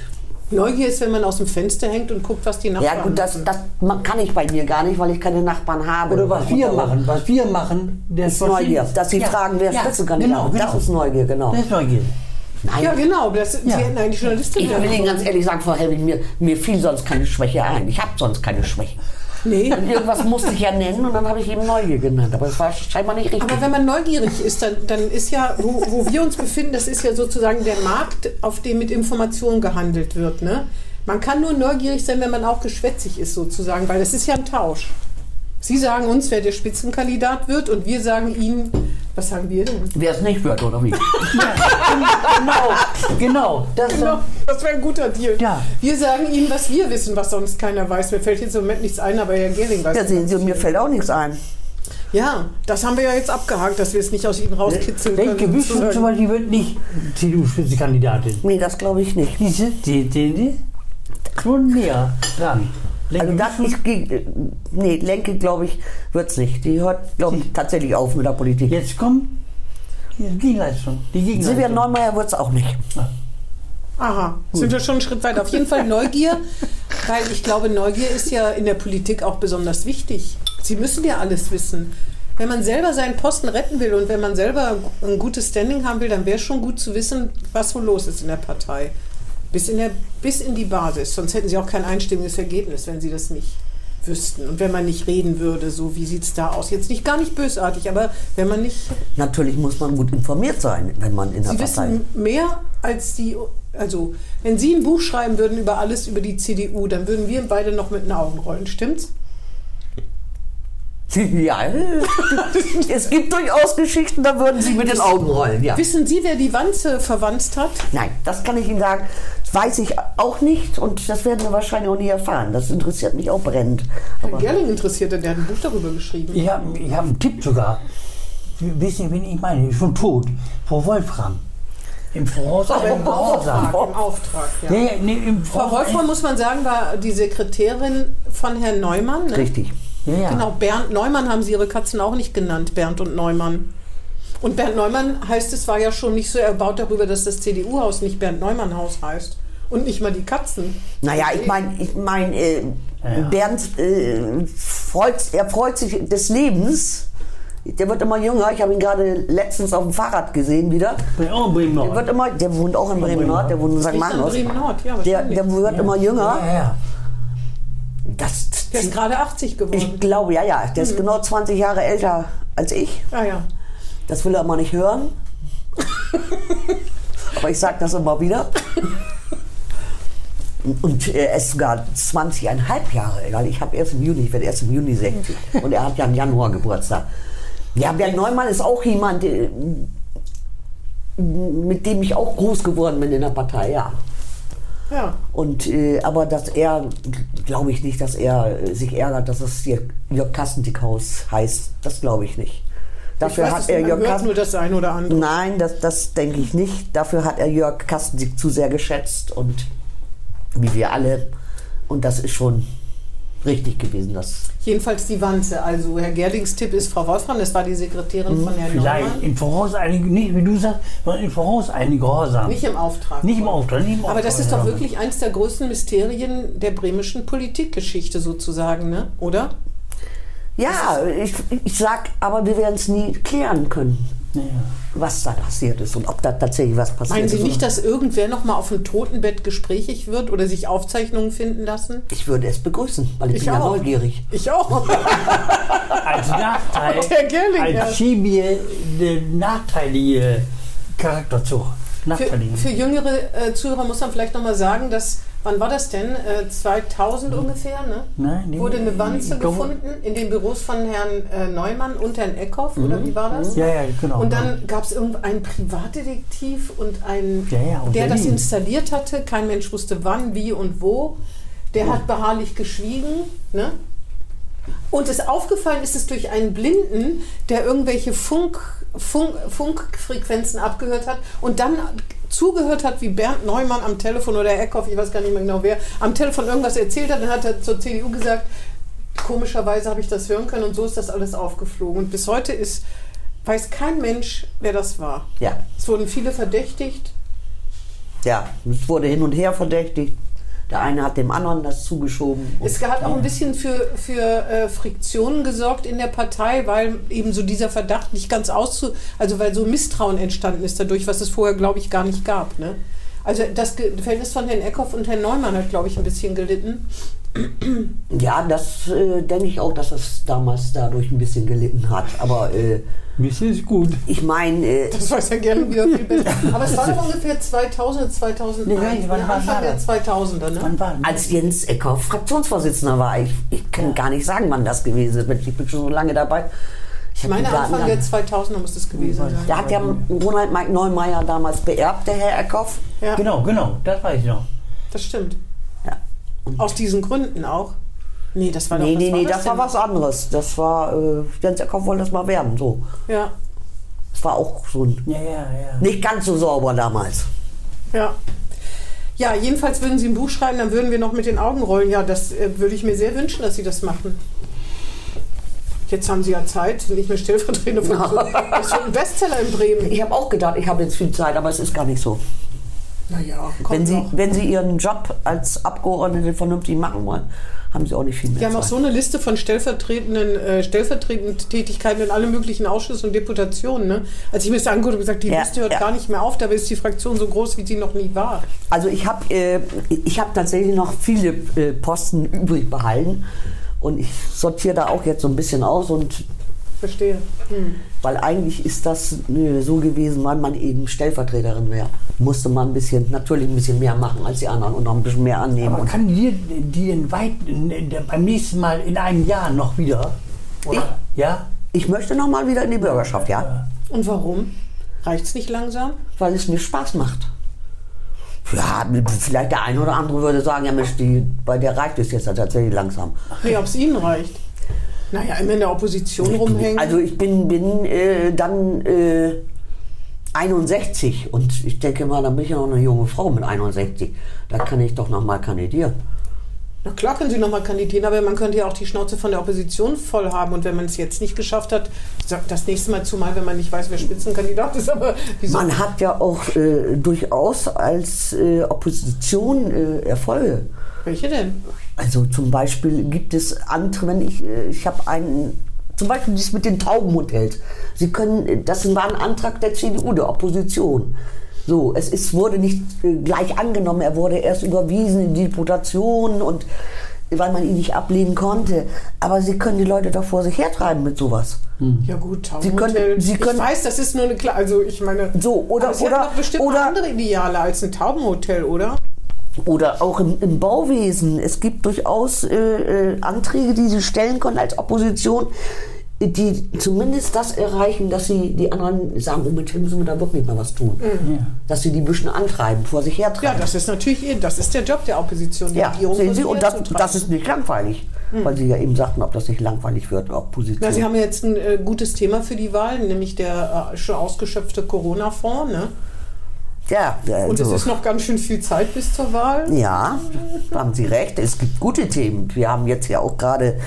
Neugier ist, wenn man aus dem Fenster hängt und guckt, was die Nachbarn Ja, gut, das, machen. das ma- kann ich bei mir gar nicht, weil ich keine Nachbarn habe. Oder was wir Unter- machen, was wir machen, das Das ist Neugier. Dass Sie fragen, wer Spitze kann. Genau, genau. Das ist Neugier, genau. Das ist Neugier. Nein, Ja, genau. Das, Sie Ja. hätten eigentlich Journalistin ich will werden Ihnen sollen. ganz ehrlich sagen, Frau Helwig, mir, mir fiel sonst keine Schwäche ein. Ich habe sonst keine Schwäche. Nee. Und irgendwas musste ich ja nennen und dann habe ich eben Neugier genannt. Aber das war scheinbar nicht richtig. Aber wenn man neugierig ist, dann, dann ist ja, wo, wo wir uns befinden, das ist ja sozusagen der Markt, auf dem mit Informationen gehandelt wird. Ne? Man kann nur neugierig sein, wenn man auch geschwätzig ist, sozusagen, weil das ist ja ein Tausch. Sie sagen uns, wer der Spitzenkandidat wird, und wir sagen Ihnen, was sagen wir denn? Wer es nicht wird, oder wie? Genau, genau. Das ist Genau, das wäre ein guter Deal. Ja. Wir sagen Ihnen, was wir wissen, was sonst keiner weiß. Mir fällt jetzt im Moment nichts ein, aber Herr Gehring weiß. Ja, es. sehen Sie, und mir fällt auch nichts ein. ja, das haben wir ja jetzt abgehakt, dass wir es nicht aus Ihnen rauskitzeln Wenn können. um gewiss wird, zum sozusagen. Beispiel wird nicht CDU-Spitzenkandidatin. Nee, das glaube ich nicht. Diese, die, die, die, schon näher dran. Lenke Also das Wüst- ist gegen, äh, nee, Lenke glaube ich wird's nicht. Die hört glaube ich tatsächlich auf mit der Politik. Jetzt kommt die Gegenleistung. Die Gegenleistung. Silvia Neumeier wird's auch nicht. Aha, sind wir schon einen Schritt weiter. Auf jeden Fall Neugier, weil ich glaube, Neugier ist ja in der Politik auch besonders wichtig. Sie müssen ja alles wissen. Wenn man selber seinen Posten retten will und wenn man selber ein gutes Standing haben will, dann wäre es schon gut zu wissen, was so los ist in der Partei. Bis in, der, bis in die Basis. Sonst hätten Sie auch kein einstimmiges Ergebnis, wenn Sie das nicht wüssten und wenn man nicht reden würde, so wie sieht es da aus? Jetzt nicht gar nicht bösartig, aber wenn man nicht. Natürlich muss man gut informiert sein, wenn man in der Sie Partei wissen mehr als die. Also, wenn Sie ein Buch schreiben würden über alles über die CDU, dann würden wir beide noch mit den Augen rollen, stimmt's? Ja, es gibt durchaus Geschichten, da würden Sie mit den Augen rollen, ja. Wissen Sie, wer die Wanze verwandt hat? Nein, das kann ich Ihnen sagen. Das weiß ich auch nicht und das werden wir wahrscheinlich auch nie erfahren. Das interessiert mich auch brennend. Herr Gerling interessiert, der hat ein Buch darüber geschrieben. Ich habe ich hab einen Tipp sogar. Wir wissen, wen ich meine. Ist schon tot. Frau Wolfram. Im Voraus. Aber im im Voraussagen. Auftrag, im Auftrag, ja. Nee, nee, im Frau Wolfram, muss man sagen, war die Sekretärin von Herrn Neumann. Ne? Richtig. Ja, ja. Genau, Bernd Neumann haben sie ihre Katzen auch nicht genannt, Bernd und Neumann. Und Bernd Neumann heißt es, war ja schon nicht so erbaut darüber, dass das CDU-Haus nicht Bernd Neumann-Haus heißt. Und nicht mal die Katzen. Naja, ich meine, ich mein, äh, ja. Bernd äh, freut, er freut sich des Lebens. Der wird immer jünger. Ich habe ihn gerade letztens auf dem Fahrrad gesehen wieder. Bin auch in Bremen Der wird immer, der wohnt auch in Bremen Nord, der wohnt in St. Nicht in Magnus. Bremen Nord, ja, Der, wahrscheinlich. der wird immer Ja, jünger. ja. Das, der ist Mhm. gerade 80 ich geworden. glaube, ja, ja. Der ist genau 20 Jahre älter als ich. ah ja. Das will er mal nicht hören. Aber ich sage das immer wieder. Und äh, er ist sogar 20,5 Jahre. alt. Also Ich habe erst im Juni, ich werde erst im Juni 60. Und er hat ja im Januar Geburtstag. Ja, Bernd Neumann ist auch jemand, äh, mit dem ich auch groß geworden bin in der Partei, ja. ja. Und, äh, aber dass er, glaube ich nicht, dass er äh, sich ärgert, dass es hier Jörg Kastentickhaus heißt. Das glaube ich nicht. Dafür ich weiß, hat es er nicht, man Jörg hört Kasten nur das ein oder andere. Nein, das, das denke ich nicht. Dafür hat er Jörg Kastensieg zu sehr geschätzt und wie wir alle. Und das ist schon richtig gewesen. Das Jedenfalls die Wanze. Also Herr Gerdings Tipp ist Frau Wolfram, das war die Sekretärin von Herrn Vielleicht Neumann. im Voraus einige, nicht wie du sagst, sondern im Voraus einige Gehorsam. Nicht im Auftrag. Nicht im Auftrag. Nicht im Aber Auftrag, das ist doch sondern- wirklich eins der größten Mysterien der bremischen Politikgeschichte sozusagen, ne? oder? ja, ich, ich sag, aber wir werden es nie klären können, Ja. was da passiert ist und ob da tatsächlich was passiert Meinen ist. Sie nicht, dass irgendwer noch mal auf dem Totenbett gesprächig wird oder sich Aufzeichnungen finden lassen? ich würde es begrüßen, weil ich, bin ja neugierig. Ich auch. Als Nachteil, Und Herr Gerling, ja. als Schibie, der nachteilige Charakterzug. Für, Nachteilige. für jüngere äh, Zuhörer muss man vielleicht noch mal sagen, dass wann war das denn? Äh, 2000 ungefähr, ne? Hm. Nein, nee, Wurde eine Wanze ich glaube- gefunden in den Büros von Herrn äh, Neumann und Herrn Eckhoff, oder wie war das? Mhm. Ja, ja, genau. Und dann gab es irgendeinen Privatdetektiv und einen, Ja, ja, und der das Berlin. installiert hatte. Kein Mensch wusste wann, wie und wo. Der hat beharrlich geschwiegen. Ne? Und es aufgefallen ist es durch einen Blinden, der irgendwelche Funk, Funk, Funkfrequenzen abgehört hat und dann zugehört hat, wie Bernd Neumann am Telefon oder Herr Eckhoff, ich weiß gar nicht mehr genau wer, am Telefon irgendwas erzählt hat. Dann hat er zur CDU gesagt, komischerweise habe ich das hören können und so ist das alles aufgeflogen. Und bis heute ist, weiß kein Mensch, wer das war. Ja, Es wurden viele verdächtigt. ja. Es wurde hin und her verdächtigt. Der eine hat dem anderen das zugeschoben. Es hat auch ein bisschen für, für äh, Friktionen gesorgt in der Partei, weil eben so dieser Verdacht nicht ganz auszu... Also weil so Misstrauen entstanden ist dadurch, was es vorher, glaube ich, gar nicht gab. Ne? Also das Ge- Verhältnis von Herrn Eckhoff und Herrn Neumann hat, glaube ich, ein bisschen gelitten. Ja, das äh, denke ich auch, dass es damals dadurch ein bisschen gelitten hat. Aber äh, Mir ist es gut. ich meine, äh, Das weiß Herr gerne wieder viel besser. Aber es war doch ungefähr 2000, 2001, Nee, wann ne? war Anfang der das? 2000er. Ne? Wann war das? als Jens Eckhoff Fraktionsvorsitzender war. Ich, ich kann gar nicht sagen, wann das gewesen ist. Mensch, Ich bin schon so lange dabei. Ich Ich meine, Anfang der 2000er muss das gewesen sein. Da hat ja Ronald Mike Neumeier damals beerbt, der Herr Eckhoff. Ja, Genau, genau, das weiß ich noch. das stimmt. Ja. Aus diesen Gründen auch? Nee, das war doch Nee, was nee, war nee, das war denn? was anderes. Das war, äh, Jens Eckhoff wollte das mal werden. So. Ja, Das war auch so ein, Ja, ja, ja. nicht ganz so sauber damals. ja. Ja, jedenfalls würden Sie ein Buch schreiben, dann würden wir noch mit den Augen rollen. Ja, das äh, würde ich mir sehr wünschen, dass Sie das machen. Jetzt haben Sie ja Zeit, sind nicht mehr stellvertretende Funktion. Das ist schon ein Bestseller in Bremen. Ich habe auch gedacht, ich habe jetzt viel Zeit, aber es ist gar nicht so. Naja, Wenn kommt Sie, noch. wenn Sie Ihren Job als Abgeordnete vernünftig machen wollen, haben Sie auch nicht viel mehr Wir haben auch Zeit. so eine Liste von stellvertretenden, äh, stellvertretenden Tätigkeiten in alle möglichen Ausschüsse und Deputationen. Ne? Als ich mir das angehört habe, habe ich gesagt, die Ja, Liste hört ja. gar nicht mehr auf, dabei ist die Fraktion so groß, wie sie noch nie war. Also ich habe äh, ich hab tatsächlich noch viele äh, Posten übrig behalten. Und ich sortiere da auch jetzt so ein bisschen aus und Verstehe. Hm. weil eigentlich ist das äh, so gewesen, weil man eben Stellvertreterin wäre, musste man ein bisschen, natürlich ein bisschen mehr machen als die anderen und noch ein bisschen mehr annehmen. Aber Und kann dir die denn weit, beim nächsten Mal in einem Jahr noch wieder? Oder? Ja? ich möchte nochmal wieder in die Bürgerschaft, ja, Und warum? Reicht es nicht langsam? weil es mir Spaß macht. Ja, vielleicht der eine oder andere würde sagen, ja Mensch, die, bei der reicht es jetzt tatsächlich langsam. Nee, ob es Ihnen reicht. Naja, immer in der Opposition rumhängen. Also ich bin, bin äh, dann äh, 61 und ich denke mal, dann bin ich ja noch eine junge Frau mit 61. Da kann ich doch nochmal kandidieren. Na klar können Sie nochmal kandidieren, aber man könnte ja auch die Schnauze von der Opposition voll haben. Und wenn man es jetzt nicht geschafft hat, sagt das nächste Mal zumal, wenn man nicht weiß, wer Spitzenkandidat ist, aber wieso? Man hat ja auch äh, durchaus als äh, Opposition äh, Erfolge. Welche denn? Also zum Beispiel gibt es andere, wenn ich, äh, ich habe einen, zum Beispiel dies mit den Taubenhotels. Sie können, äh, das war ein Antrag der CDU, der Opposition. So, es ist, wurde nicht äh, gleich angenommen, er wurde erst überwiesen in die Deputation und äh, weil man ihn nicht ablehnen konnte. Aber sie können die Leute doch vor sich hertreiben mit sowas. Ja gut, Hm. Sie können- Taubenhotel. Sie können- ich weiß, das ist nur eine Kla also ich meine, So, oder- aber Sie oder- haben doch bestimmt oder- andere Ideale als ein Taubenhotel, oder? Oder auch im, im Bauwesen. Es gibt durchaus äh, äh, Anträge, die sie stellen können als Opposition, äh, die zumindest das erreichen, dass sie die anderen sagen, oh, mit dem müssen wir da wirklich mal was tun. Dass sie die ein bisschen antreiben, vor sich Ja, hertreiben. das ist natürlich ihr, das ist der Job der Opposition, die Ja, Regierung sehen Sie, von und ihr das, zu treiben. das ist nicht langweilig. Weil Sie ja eben sagten, ob das nicht langweilig wird, ob Mhm. Na, Sie Position. haben jetzt ein äh, gutes Thema für die Wahl, nämlich der äh, schon ausgeschöpfte Corona-Fonds. Ne? Ja, ja, Und es so. ist noch ganz schön viel Zeit bis zur Wahl. Ja, da haben Sie recht. Es gibt gute Themen. Wir haben jetzt ja auch gerade,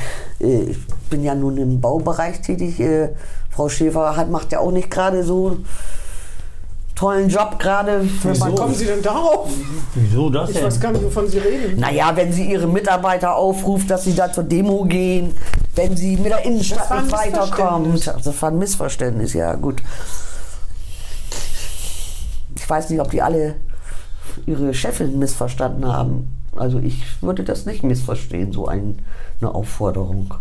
äh, ich bin ja nun im Baubereich tätig. Äh, Frau Schäfer hat, macht ja auch nicht gerade so einen tollen Job gerade. wenn man- Wann kommen Sie denn darauf? Wieso das Ich weiß gar nicht, wovon Sie reden. Naja, wenn sie ihre Mitarbeiter aufruft, dass sie da zur Demo gehen, wenn sie mit der Das Innenstadt war nicht ein weiterkommen. Das war ein Missverständnis, ja gut. Ich weiß nicht, ob die alle ihre Chefin missverstanden haben. Also ich würde das nicht missverstehen, so ein, eine Aufforderung.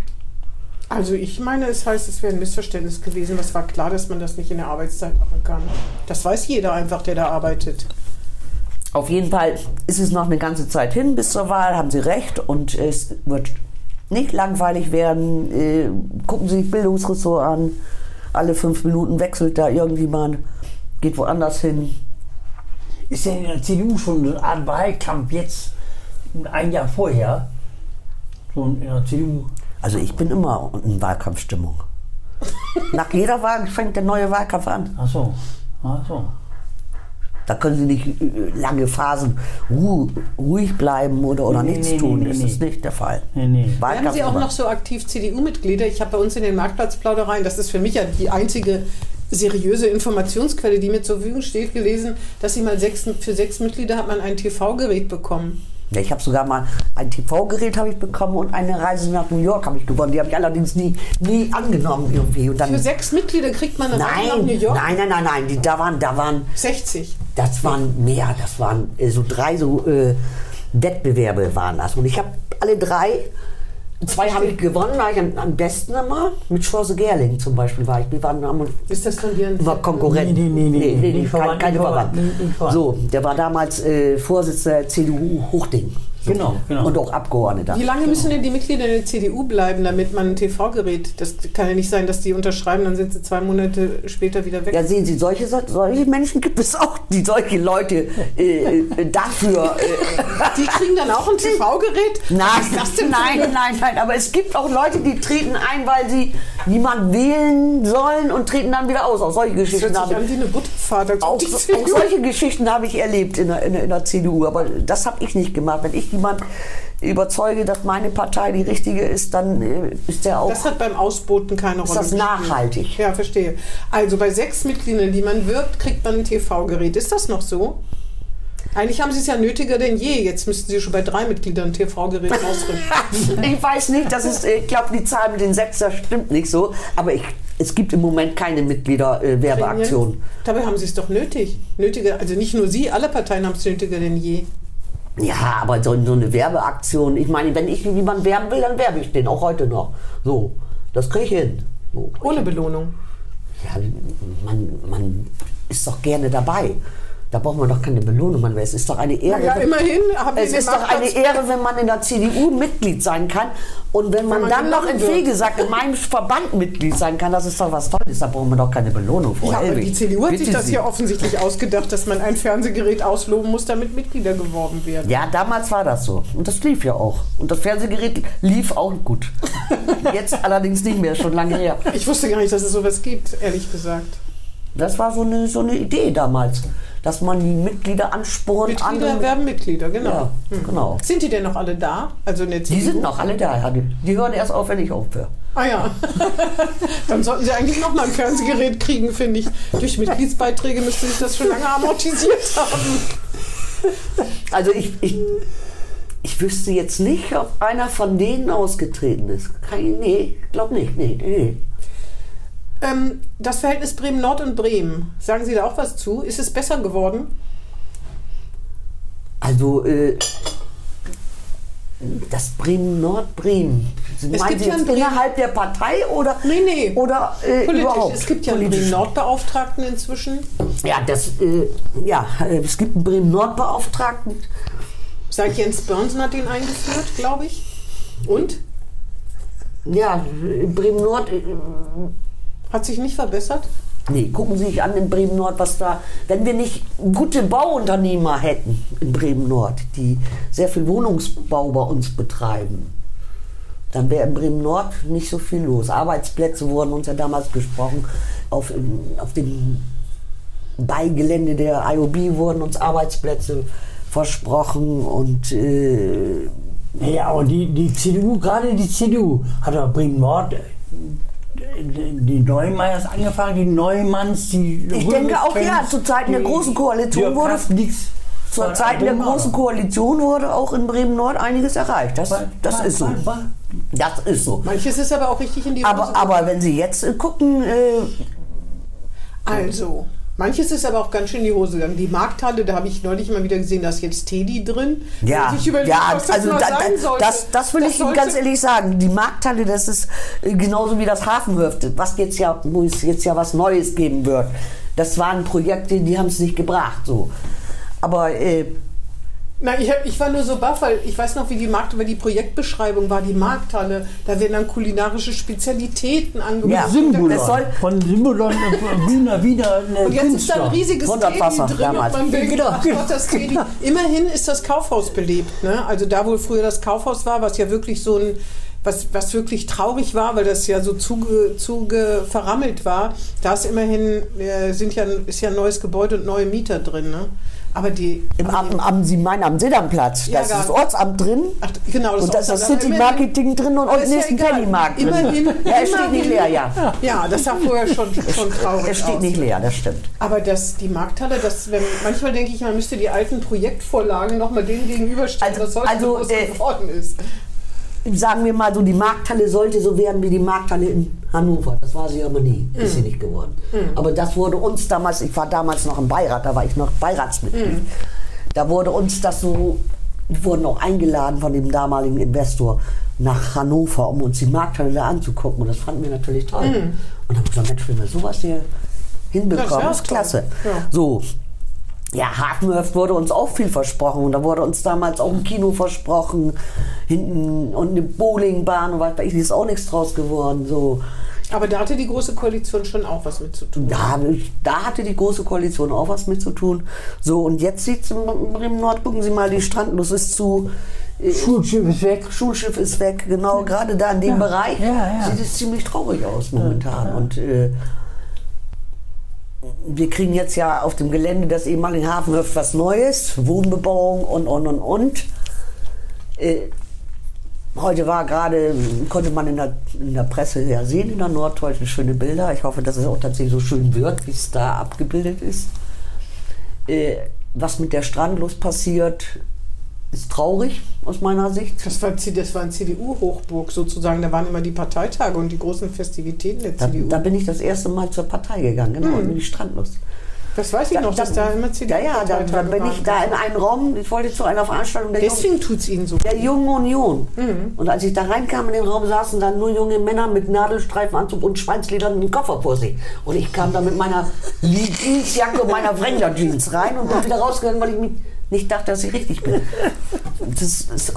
Also ich meine, es heißt, es wäre ein Missverständnis gewesen. Es war klar, dass man das nicht in der Arbeitszeit machen kann. Das weiß jeder einfach, der da arbeitet. Auf jeden Fall ist es noch eine ganze Zeit hin bis zur Wahl, haben Sie recht. Und es wird nicht langweilig werden. Äh, gucken Sie sich Bildungsressort an. Alle fünf Minuten wechselt da irgendjemand, geht woanders hin. Ist denn in der CDU schon so eine Art Wahlkampf jetzt, ein Jahr vorher? So in der CDU. Also ich bin immer in Wahlkampfstimmung. Nach jeder Wahl fängt der neue Wahlkampf an. Ach so. Ach so. Da können Sie nicht äh, lange Phasen ruh, ruhig bleiben oder, oder Nee, nichts nee, tun. nee, das nee, ist nee. nicht der Fall. Nee, nee. Werden Sie auch immer. noch so aktiv CDU-Mitglieder? Ich habe bei uns in den Marktplatzplaudereien, das ist für mich ja die einzige seriöse Informationsquelle, die mir zur Verfügung steht, gelesen, dass sie mal sechs, für sechs Mitglieder hat man ein TV-Gerät bekommen. Ja, ich habe sogar mal ein TV-Gerät habe ich bekommen und eine Reise nach New York habe ich gewonnen. Die habe ich allerdings nie, nie angenommen irgendwie. Und dann, Für sechs Mitglieder kriegt man eine Reise nach nein, New York. nein, nein, nein, nein. Die, da waren, da waren, 60. das waren mehr. Das waren äh, so drei so äh, Wettbewerbe waren das. Und ich habe alle drei, zwei habe ich gewonnen, war ich am, am besten immer. Mit Schorze Gerling zum Beispiel war ich. Wir waren am Ist das von hier ein war Konkurrent. Nee, nee, nee, nee, nee, nicht kein- verwandt, keine nicht verwandt, Verwandten. nicht- nicht verwandt. So, der war damals äh, Vorsitzender der CDU Hochding. So. Genau, genau. Und auch Abgeordneter. Wie lange müssen denn die Mitglieder in der CDU bleiben, damit man ein TV-Gerät, das kann ja nicht sein, dass die unterschreiben, dann sind sie zwei Monate später wieder weg. Ja, sehen Sie, solche, solche Menschen gibt es auch, die solche Leute äh, äh, dafür. Äh, Die kriegen dann auch ein TV-Gerät? nein, Was ist das denn für nein, nein, nein. Aber es gibt auch Leute, die treten ein, weil sie niemand wählen sollen und treten dann wieder aus. Auch solche Das Geschichten hört habe sich an ich. wie eine Buttfahrt. als ob Auch, die auch CDU solche Geschichten habe ich erlebt in der, in, der- in der CDU, aber das habe ich nicht gemacht. Wenn ich jemand überzeuge, dass meine Partei die richtige ist, dann äh, ist der auch Das hat beim Ausboten keine ist Rolle. das gespielt. nachhaltig. Ja, verstehe. Also bei sechs Mitgliedern, die man wirbt, kriegt man ein TV-Gerät. Ist das noch so? Eigentlich haben sie es ja nötiger denn je. Jetzt müssten sie schon bei drei Mitgliedern ein TV-Gerät ausrücken. Ich weiß nicht, das ist, ich glaube, die Zahl mit den Sechser stimmt nicht so, aber ich, es gibt im Moment keine äh, Mitgliederwerbeaktion. Dabei haben sie es doch nötig. Nötiger, also nicht nur sie, alle Parteien haben es nötiger denn je. Ja, aber so, so eine Werbeaktion, ich meine, wenn ich jemanden werben will, dann werbe ich den, auch heute noch. So, das kriege ich hin. So. Ohne Belohnung. Ja, man, man ist doch gerne dabei. Da braucht man doch keine Belohnung, man weiß, es ist doch eine Ehre. Ja, immerhin haben wir es den ist doch eine Marktplatz- Ehre, wenn man in der CDU Mitglied sein kann und wenn man, man dann noch genommen im wird. Fegesack in meinem Verband Mitglied sein kann, das ist doch was Tolles, da braucht man doch keine Belohnung. Frau Ja, aber Hellwig. die CDU hat sich Bitte das Sie. ja offensichtlich ausgedacht, dass man ein Fernsehgerät ausloben muss, damit Mitglieder geworben werden. Ja, damals war das so. Und das lief ja auch. Und das Fernsehgerät lief auch gut. Jetzt allerdings nicht mehr, schon lange her. Ich wusste gar nicht, dass es sowas gibt, ehrlich gesagt. Das war so eine, so eine Idee damals, dass man die Mitglieder anspornt. Mitglieder andere- werben Mitglieder, genau. Ja, genau. Sind die denn noch alle da? Also in der Die CDU? sind noch alle da. ja. Die, die hören erst auf, wenn ich aufhöre. Ah ja. Dann sollten sie eigentlich noch mal ein Fernsehgerät kriegen, finde ich. Durch Mitgliedsbeiträge müsste sich das schon lange amortisiert haben. Also ich, ich, ich wüsste jetzt nicht, ob einer von denen ausgetreten ist. Kein, nee, glaub nicht. Nee, nee. Ähm, das Verhältnis Bremen-Nord und Bremen, sagen Sie da auch was zu? Ist es besser geworden? Also, äh, das Bremen-Nord-Bremen. Es Meinen gibt Sie ja jetzt ein Bremen- innerhalb der Partei oder, Nee, nee. oder äh, Politisch. überhaupt? Es gibt ja einen Politisch. Bremen-Nord-Beauftragten inzwischen. Ja, das, äh, ja, äh, es gibt einen Bremen-Nord-Beauftragten. Seit Jens Börnsen hat ihn eingeführt, glaube ich. Und? Ja, in Bremen-Nord, äh, Hat sich nicht verbessert? nee, gucken Sie sich an in Bremen-Nord, was da, wenn wir nicht gute Bauunternehmer hätten in Bremen-Nord, die sehr viel Wohnungsbau bei uns betreiben, dann wäre in Bremen-Nord nicht so viel los. Arbeitsplätze wurden uns ja damals gesprochen, auf, ähm, auf dem Beigelände der IOB wurden uns Arbeitsplätze versprochen und äh, Ja, aber die, die CDU, gerade die CDU, hat doch Bremen-Nord, äh, die Neumeyers angefangen, die Neumanns, die. Ich denke auch, ja, zu Zeiten der Großen Koalition wurde- nichts. Zur Zeit der Großen Koalition wurde auch in Bremen-Nord einiges erreicht. Das, das ist so. Das ist so. Manches ist aber auch richtig in die Hose Aber, aber wenn Sie jetzt äh, gucken, äh, Also, manches ist aber auch ganz schön in die Hose gegangen. Die Markthalle, da habe ich neulich mal wieder gesehen, da ist jetzt Teddy drin. ja, Muss Ich überlege, ja was das also mal da, sein da, sollte. das, das will ich Ihnen sollte- ganz ehrlich sagen. Die Markthalle, das ist äh, genauso wie das Hafenhöft, was jetzt ja, wo es jetzt ja was Neues geben wird. Das waren Projekte, die haben es nicht gebracht. So. Aber äh, Nein, ich, hab- ich war nur so baff, weil ich weiß noch, wie die Markt, weil die Projektbeschreibung war, die Markthalle. Da werden dann kulinarische Spezialitäten angeboten. Ja. Symbolon. Das soll- Von Symbolon und Wiener äh, wieder eine Und jetzt ist da ein riesiges Teddy Hundertwasser drin damals. und man will Genau. ach Gott, das Teddy. Immerhin ist das Kaufhaus belebt. Ne? Also da, wo früher das Kaufhaus war, was ja wirklich so ein, was, was wirklich traurig war, weil das ja so zuge, zuge verrammelt war, da ist immerhin, äh, sind ja, ist ja ein neues Gebäude und neue Mieter drin. Ne? Aber die, im, am, am, Sie meinen am Siedernplatz, da Ja, ist gar das nicht. Ortsamt drin. ach, genau, Und da ist das Ortsamt- City-Marketing drin und Aber unten ist ja ist ein egal. Pennymarkt drin. Immerhin, Ja, er steht nicht immerhin- leer, ja. Ja, das sah vorher schon, schon traurig Er steht aus. nicht leer, das stimmt. Aber das, die Markthalle, das, wenn, manchmal denke ich, man müsste die alten Projektvorlagen nochmal denen gegenüberstellen, Also- was heute also, groß äh, geworden ist. Sagen wir mal so, die Markthalle sollte so werden wie die Markthalle in Hannover. Das war sie aber nie, ist Mhm. sie nicht geworden. Aber das wurde uns damals, ich war damals noch im Beirat, da war ich noch Beiratsmitglied. Mhm. Da wurde uns das so, wir wurden auch eingeladen von dem damaligen Investor nach Hannover, um uns die Markthalle da anzugucken. Und das fanden wir natürlich toll. Und dann haben wir gesagt, Mensch, wenn wir sowas hier Mhm. Das hinbekommen, wär ist toll. klasse. Ja. So, Ja, Hafenhöft wurde uns auch viel versprochen. Und da wurde uns damals auch ein Kino versprochen. Hinten und eine Bowlingbahn und was weiß ich, ist auch nichts draus geworden. So. Aber da hatte die Große Koalition schon auch was mit zu tun. Da, da hatte die Große Koalition auch was mit zu tun. So, und jetzt sieht es im Nord, gucken Sie mal, die Strandlos ist zu. äh, Schulschiff ist weg. Schulschiff ist weg, genau, gerade da in dem Bereich ja, ja. sieht es ziemlich traurig aus momentan. Und äh, wir kriegen jetzt ja auf dem Gelände des ehemaligen Hafenhöft was Neues, Wohnbebauung und, und, und, und. Äh, heute war gerade, konnte man in der, in der Presse ja sehen, in der Norddeutschen schöne Bilder. Ich hoffe, dass es auch tatsächlich so schön wird, wie es da abgebildet ist. Äh, was mit der Strandlos passiert, ist traurig aus meiner Sicht. Das war, C- das war ein CDU-Hochburg sozusagen. Da waren immer die Parteitage und die großen Festivitäten der Da, CDU. da bin ich das erste Mal zur Partei gegangen, genau, in die Strandlust. Das weiß ich noch, Hm. dass da immer CDU Ja, ja, dann, dann bin ich da in einem Raum, ich wollte zu einer Veranstaltung der Jungen, Deswegen Hm. tut es ihnen so. der Jungen Union. Und als ich da reinkam in den Raum, saßen dann nur junge Männer mit Nadelstreifenanzug und schweinsledern Koffer vor sich. Und ich kam da mit meiner Jeansjacke und meiner Wrangler Jeans rein und bin wieder rausgegangen, weil ich mich nicht dachte, dass ich richtig bin. Das ist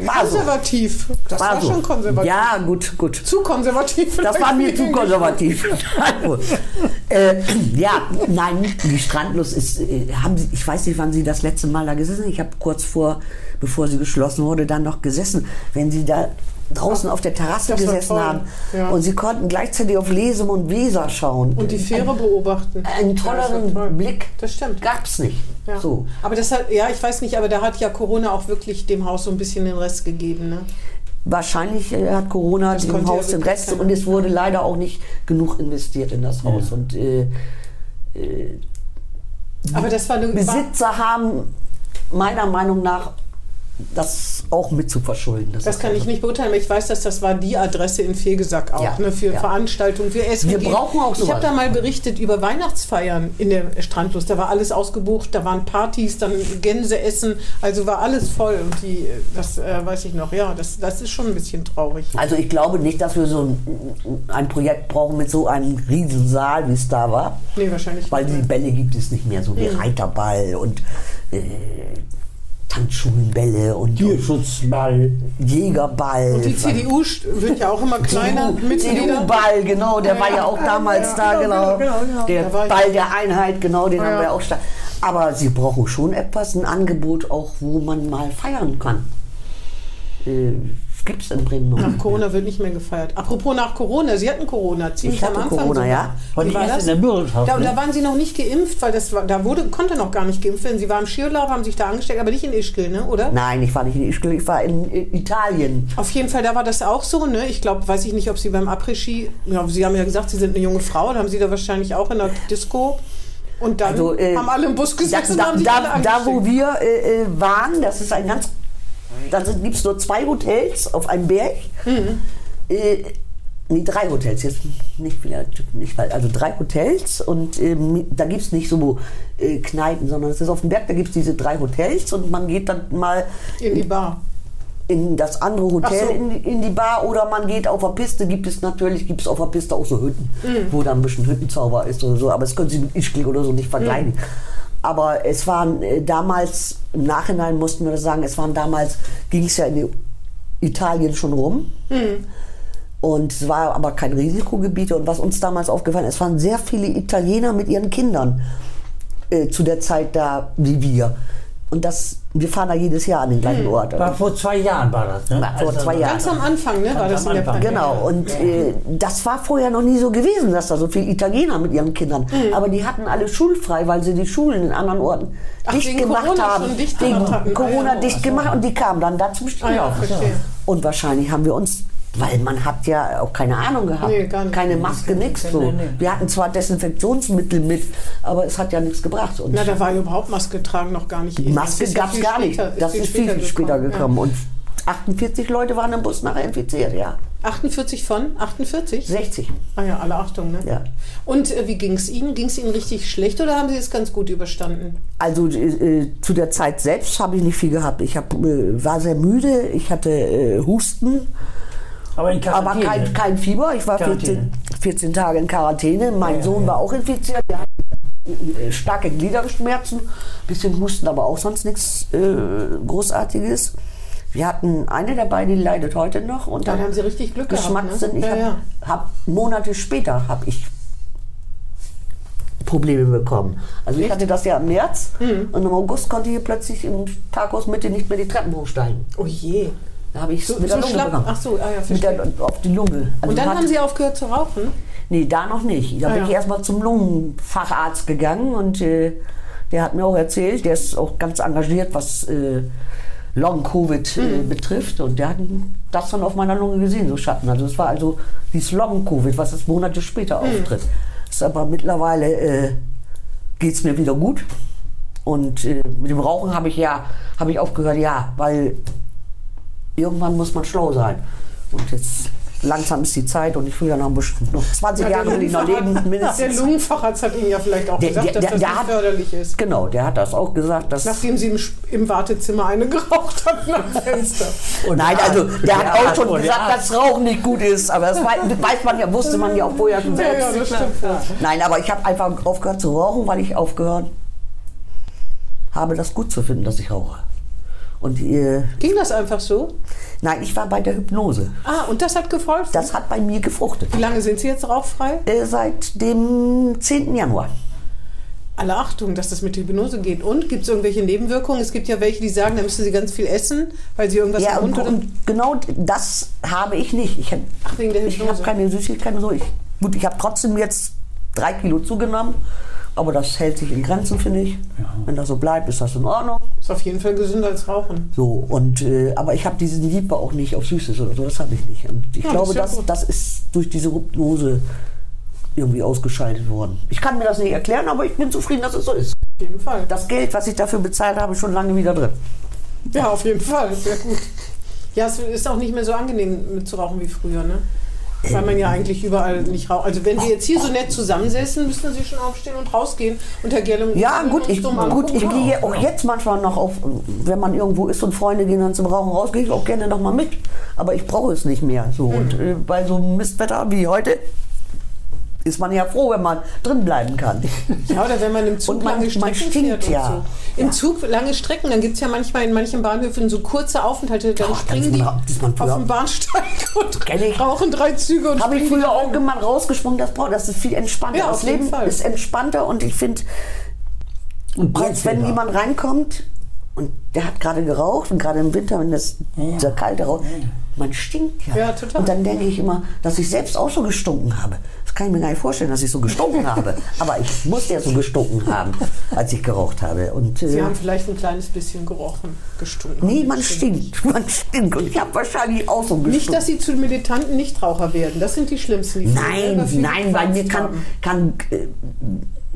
war so. Konservativ. Das war, War so. schon konservativ. Also. Ja, gut, gut. Zu konservativ. Das war mir zu konservativ. Also, äh, ja, nein, die Strandlust ist, äh, haben Sie, ich weiß nicht, wann Sie das letzte Mal da gesessen sind. Ich habe kurz vor, bevor sie geschlossen wurde, dann noch gesessen. Wenn Sie da draußen auf der Terrasse Das war gesessen toll, haben ja. und Sie konnten gleichzeitig auf Lesum und Weser schauen. Und die Fähre beobachten. einen tolleren das war toll. Blick Das stimmt. gab es nicht. Ja. So. Aber das hat, ja, ich weiß nicht, aber da hat ja Corona auch wirklich dem Haus so ein bisschen den Rest gegeben. Ne? Wahrscheinlich äh, hat Corona Das dem konnte ja Haus den wirklich Rest keiner. und es wurde leider auch nicht genug investiert in das Haus. Und äh, Mhm. Aber das war eine Besitzer haben meiner Meinung nach das auch mit zu verschulden. Das ist also- kann ich einfach- nicht beurteilen, aber ich weiß, dass das war die Adresse in Fegesack auch, Ja, ne, für ja. Veranstaltungen, für Essen. Wir brauchen auch Ich sowas. habe da mal berichtet über Weihnachtsfeiern in der Strandlust. Da war alles ausgebucht, da waren Partys, dann Gänseessen, also war alles voll. Und die, das äh, weiß ich noch, ja, das, das ist schon ein bisschen traurig. Also ich glaube nicht, dass wir so ein, ein Projekt brauchen mit so einem riesen Saal, wie es da war. Nee, wahrscheinlich Weil nicht. die Bälle gibt es nicht mehr, so wie Reiterball und äh, Tanzschulenbälle und, und Tierschutzball. Jägerball. Und die CDU wird ja auch immer kleiner. Mitglieder. CDU-Ball, Oh, genau, der war ja auch damals ja, da, ja, genau, genau. genau, genau. Der Da war ich- Ball der Einheit, genau, den Ja, haben ja. wir auch stark. Aber sie brauchen schon etwas, ein Angebot auch, wo man mal feiern kann. Äh, Gibt es in Bremen noch? Nach Corona wird nicht mehr gefeiert. Apropos nach Corona, Sie hatten Corona, ziemlich Ich hatte am Anfang. Corona, sogar. ja. War Wie die war erste das? in der Bürgerschaft. Da, ne? da waren sie noch nicht geimpft, weil das war, da wurde, konnte noch gar nicht geimpft werden. Sie waren im Skiurlaub, haben sich da angesteckt, aber nicht in Ischgl, ne? oder? Nein, ich war nicht in Ischgl, ich war in äh, Italien. Auf jeden Fall, da war das auch so, ne? Ich glaube, weiß ich nicht, ob sie beim Après-Ski, ja, sie haben ja gesagt, sie sind eine junge Frau, dann haben sie da wahrscheinlich auch in der Disco. Und dann Also, äh, haben alle im Bus gesessen und da, haben sich alle da, da, angesteckt. wo wir äh, äh, waren, das ist ein ganz. Da gibt es nur zwei Hotels auf einem Berg. Mhm. Äh, nee, drei Hotels, jetzt nicht vielleicht, nicht weil, also drei Hotels und ähm, da gibt es nicht so äh, Kneipen, sondern es ist auf dem Berg, da gibt es diese drei Hotels und man geht dann mal in die Bar. in das andere Ach Hotel so. in, die- in die Bar oder man geht auf der Piste, gibt es natürlich, gibt es auf der Piste auch so Hütten, Mhm. wo da ein bisschen Hüttenzauber ist oder so, aber das können Sie mit Ischgl oder so nicht vergleichen. Mhm. Aber es waren äh, damals, im Nachhinein mussten wir das sagen, es waren damals, ging es ja in Italien schon rum. Mhm. Und es war aber kein Risikogebiet. Und was uns damals aufgefallen ist, es waren sehr viele Italiener mit ihren Kindern äh, zu der Zeit da wie wir. Und das, wir fahren da jedes Jahr an den gleichen Mhm. Ort. War vor zwei Jahren war das, ne? War vor zwei Jahren. Ganz am Anfang, ne? War Ganz das am in der Pandemie. Anfang, Genau, und äh, das war vorher noch nie so gewesen, dass da so viele Italiener mit ihren Kindern. Mhm. Aber die hatten alle schulfrei, weil sie die Schulen in anderen Orten Ach, dicht wegen gemacht Corona haben. schon dicht wegen gemacht hatten. Corona Ah, ja. dicht gemacht und die kamen dann da zum Ah, ja, Skilauf. verstehe. und wahrscheinlich haben wir uns, weil man hat ja auch keine Ahnung gehabt, Nee, gar nicht. keine Maske, nichts so. Wir hatten zwar Desinfektionsmittel mit, aber es hat ja nichts gebracht. Und Na, da war ja überhaupt Maske tragen noch gar nicht. in. Das Maske ist ja gab es viel gar später- nicht. Das ist viel, viel ja. später gekommen. Und 48 Leute waren im Bus nachher infiziert, ja. 48 von? 48? 60. Ah ja, alle Achtung, ne? Ja. Und äh, wie ging es Ihnen? Ging es Ihnen richtig schlecht oder haben Sie es ganz gut überstanden? Also äh, zu der Zeit selbst habe ich nicht viel gehabt. Ich hab, äh, war sehr müde, ich hatte äh, Husten, Aber in Quarantäne. aber kein, kein Fieber. Ich war Quarantäne. 14, 14 Tage in Quarantäne. Mein Sohn war auch infiziert. Der hatte äh, starke Gliederschmerzen, bisschen Husten, aber auch sonst nichts äh, Großartiges. Wir hatten eine dabei, die leidet heute noch. Und Dann dann haben Sie richtig Glück gehabt, Geschmack sind. ne? Ich Ja, hab, ja. hab Monate später habe ich Probleme bekommen. Also ich hatte das ja im März Mhm. und im August konnte ich plötzlich im Parkhaus Mitte nicht mehr die Treppen hochsteigen. Oh je. Da habe ich es So, mit der so Lunge schlapp. bekommen. Ach so, ah ja, mit verstehe. der, auf die Lunge. Also Und dann hatte- haben Sie aufgehört zu rauchen? Nee, da noch nicht. Da Ah, bin ja. ich erstmal zum Lungenfacharzt gegangen und äh, der hat mir auch erzählt, der ist auch ganz engagiert, was äh, Long-Covid äh, Mhm. betrifft. Und der hat das dann auf meiner Lunge gesehen, so Schatten. Also es war also dieses Long-Covid, was es Monate später Mhm. auftritt. Ist aber mittlerweile äh, geht es mir wieder gut. Und äh, mit dem Rauchen habe ich ja, habe ich aufgehört, ja, weil irgendwann muss man schlau sein. Und jetzt langsam ist die Zeit und ich will ja noch ein bisschen, noch 20 Jahre will ich noch leben, Der mindestens. Lungenfacharzt hat Ihnen ja vielleicht auch Der- gesagt, der- dass das der nicht hat- förderlich ist. Genau, der hat das auch gesagt, dass Nachdem Sie im, Sch- im Wartezimmer eine geraucht hatten am Fenster. Nein, der- also der der hat auch Arzt schon und der gesagt, Arzt. dass Rauchen nicht gut ist, aber das wei- weiß man ja, wusste man ja auch vorher schon Ja, ja, selbst. das stimmt. wohl. Nein, aber ich habe einfach aufgehört zu rauchen, weil ich aufgehört habe, das gut zu finden, dass ich rauche. Und äh, Ging das einfach so? nein, ich war bei der Hypnose. Ah, und das hat gefolgt? Das hat bei mir gefruchtet. Wie lange sind Sie jetzt rauchfrei? Äh, seit dem 10. Januar. Alle Achtung, dass das mit der Hypnose geht. Und gibt es irgendwelche Nebenwirkungen? Es gibt ja welche, die sagen, da müssen Sie ganz viel essen, weil Sie irgendwas Ja, im und, Mund oder und genau das habe ich nicht. Ich, hab- Ach, wegen der ich habe Hypnose. keine Süßigkeit, keine so. Ich, gut, ich habe trotzdem jetzt drei Kilo zugenommen, aber das hält sich in Grenzen, finde ich. Wenn das so bleibt, ist das in Ordnung. ist auf jeden Fall gesünder als Rauchen. So, und, äh, aber ich habe diesen Liebe auch nicht auf Süßes oder so, das habe ich nicht. Und ich Ja, glaube, das ist ja das, gut. das ist durch diese Hypnose irgendwie ausgeschaltet worden. Ich kann mir das nicht erklären, aber ich bin zufrieden, dass es so ist. Auf jeden Fall. Das Geld, was ich dafür bezahlt habe, ist schon lange wieder drin. Ja, auf jeden Fall. Sehr gut. Ja, es ist auch nicht mehr so angenehm mit zu rauchen wie früher, ne? Weil man ja eigentlich überall nicht raucht. Also wenn wir jetzt hier so nett zusammensessen, müssten Sie schon aufstehen und rausgehen. Und Herr Gerle und Ja, würden gut, uns ich, dumm gut, ich angucken. gehe auch jetzt manchmal noch auf, wenn man irgendwo ist und Freunde gehen dann zum Rauchen raus, gehe ich auch gerne noch mal mit. Aber ich brauche es nicht mehr. So. Hm. Und äh, bei so einem Mistwetter wie heute ist man ja froh, wenn man drin bleiben kann. Ja, oder wenn man im Zug Und man- lange Strecken man fährt stinkt und ja. so. Im Zug lange Strecken, dann gibt es ja manchmal in manchen Bahnhöfen so kurze Aufenthalte, dann Ach, springen das die war- das war früher- auf dem Bahnsteig und Kenn ich. rauchen drei Züge und Habe ich springen früher auch wieder gemacht, rausgesprungen, das braucht, das ist viel entspannter. Ja, auf das jeden Leben Fall. ist entspannter und ich finde, Und jetzt wenn Preisfehler. jemand reinkommt und der hat gerade geraucht und gerade im Winter, wenn das Ja, ja. dieser kalte Rauch, man stinkt ja. Ja, total. Und dann denke ich immer, dass ich selbst auch so gestunken habe. Das kann ich mir gar nicht vorstellen, dass ich so gestunken habe. Aber ich musste ja so gestunken haben, als ich geraucht habe. Und, äh, Sie haben vielleicht ein kleines bisschen gerochen, gestunken. nee, man stinkt. Man stinkt. Und ich habe wahrscheinlich auch so gestunken. Nicht, dass Sie zu militanten Nichtraucher werden. Das sind die Schlimmsten. Die Nein, selber viel nein, bei mir gequatscht kann, haben. kann äh,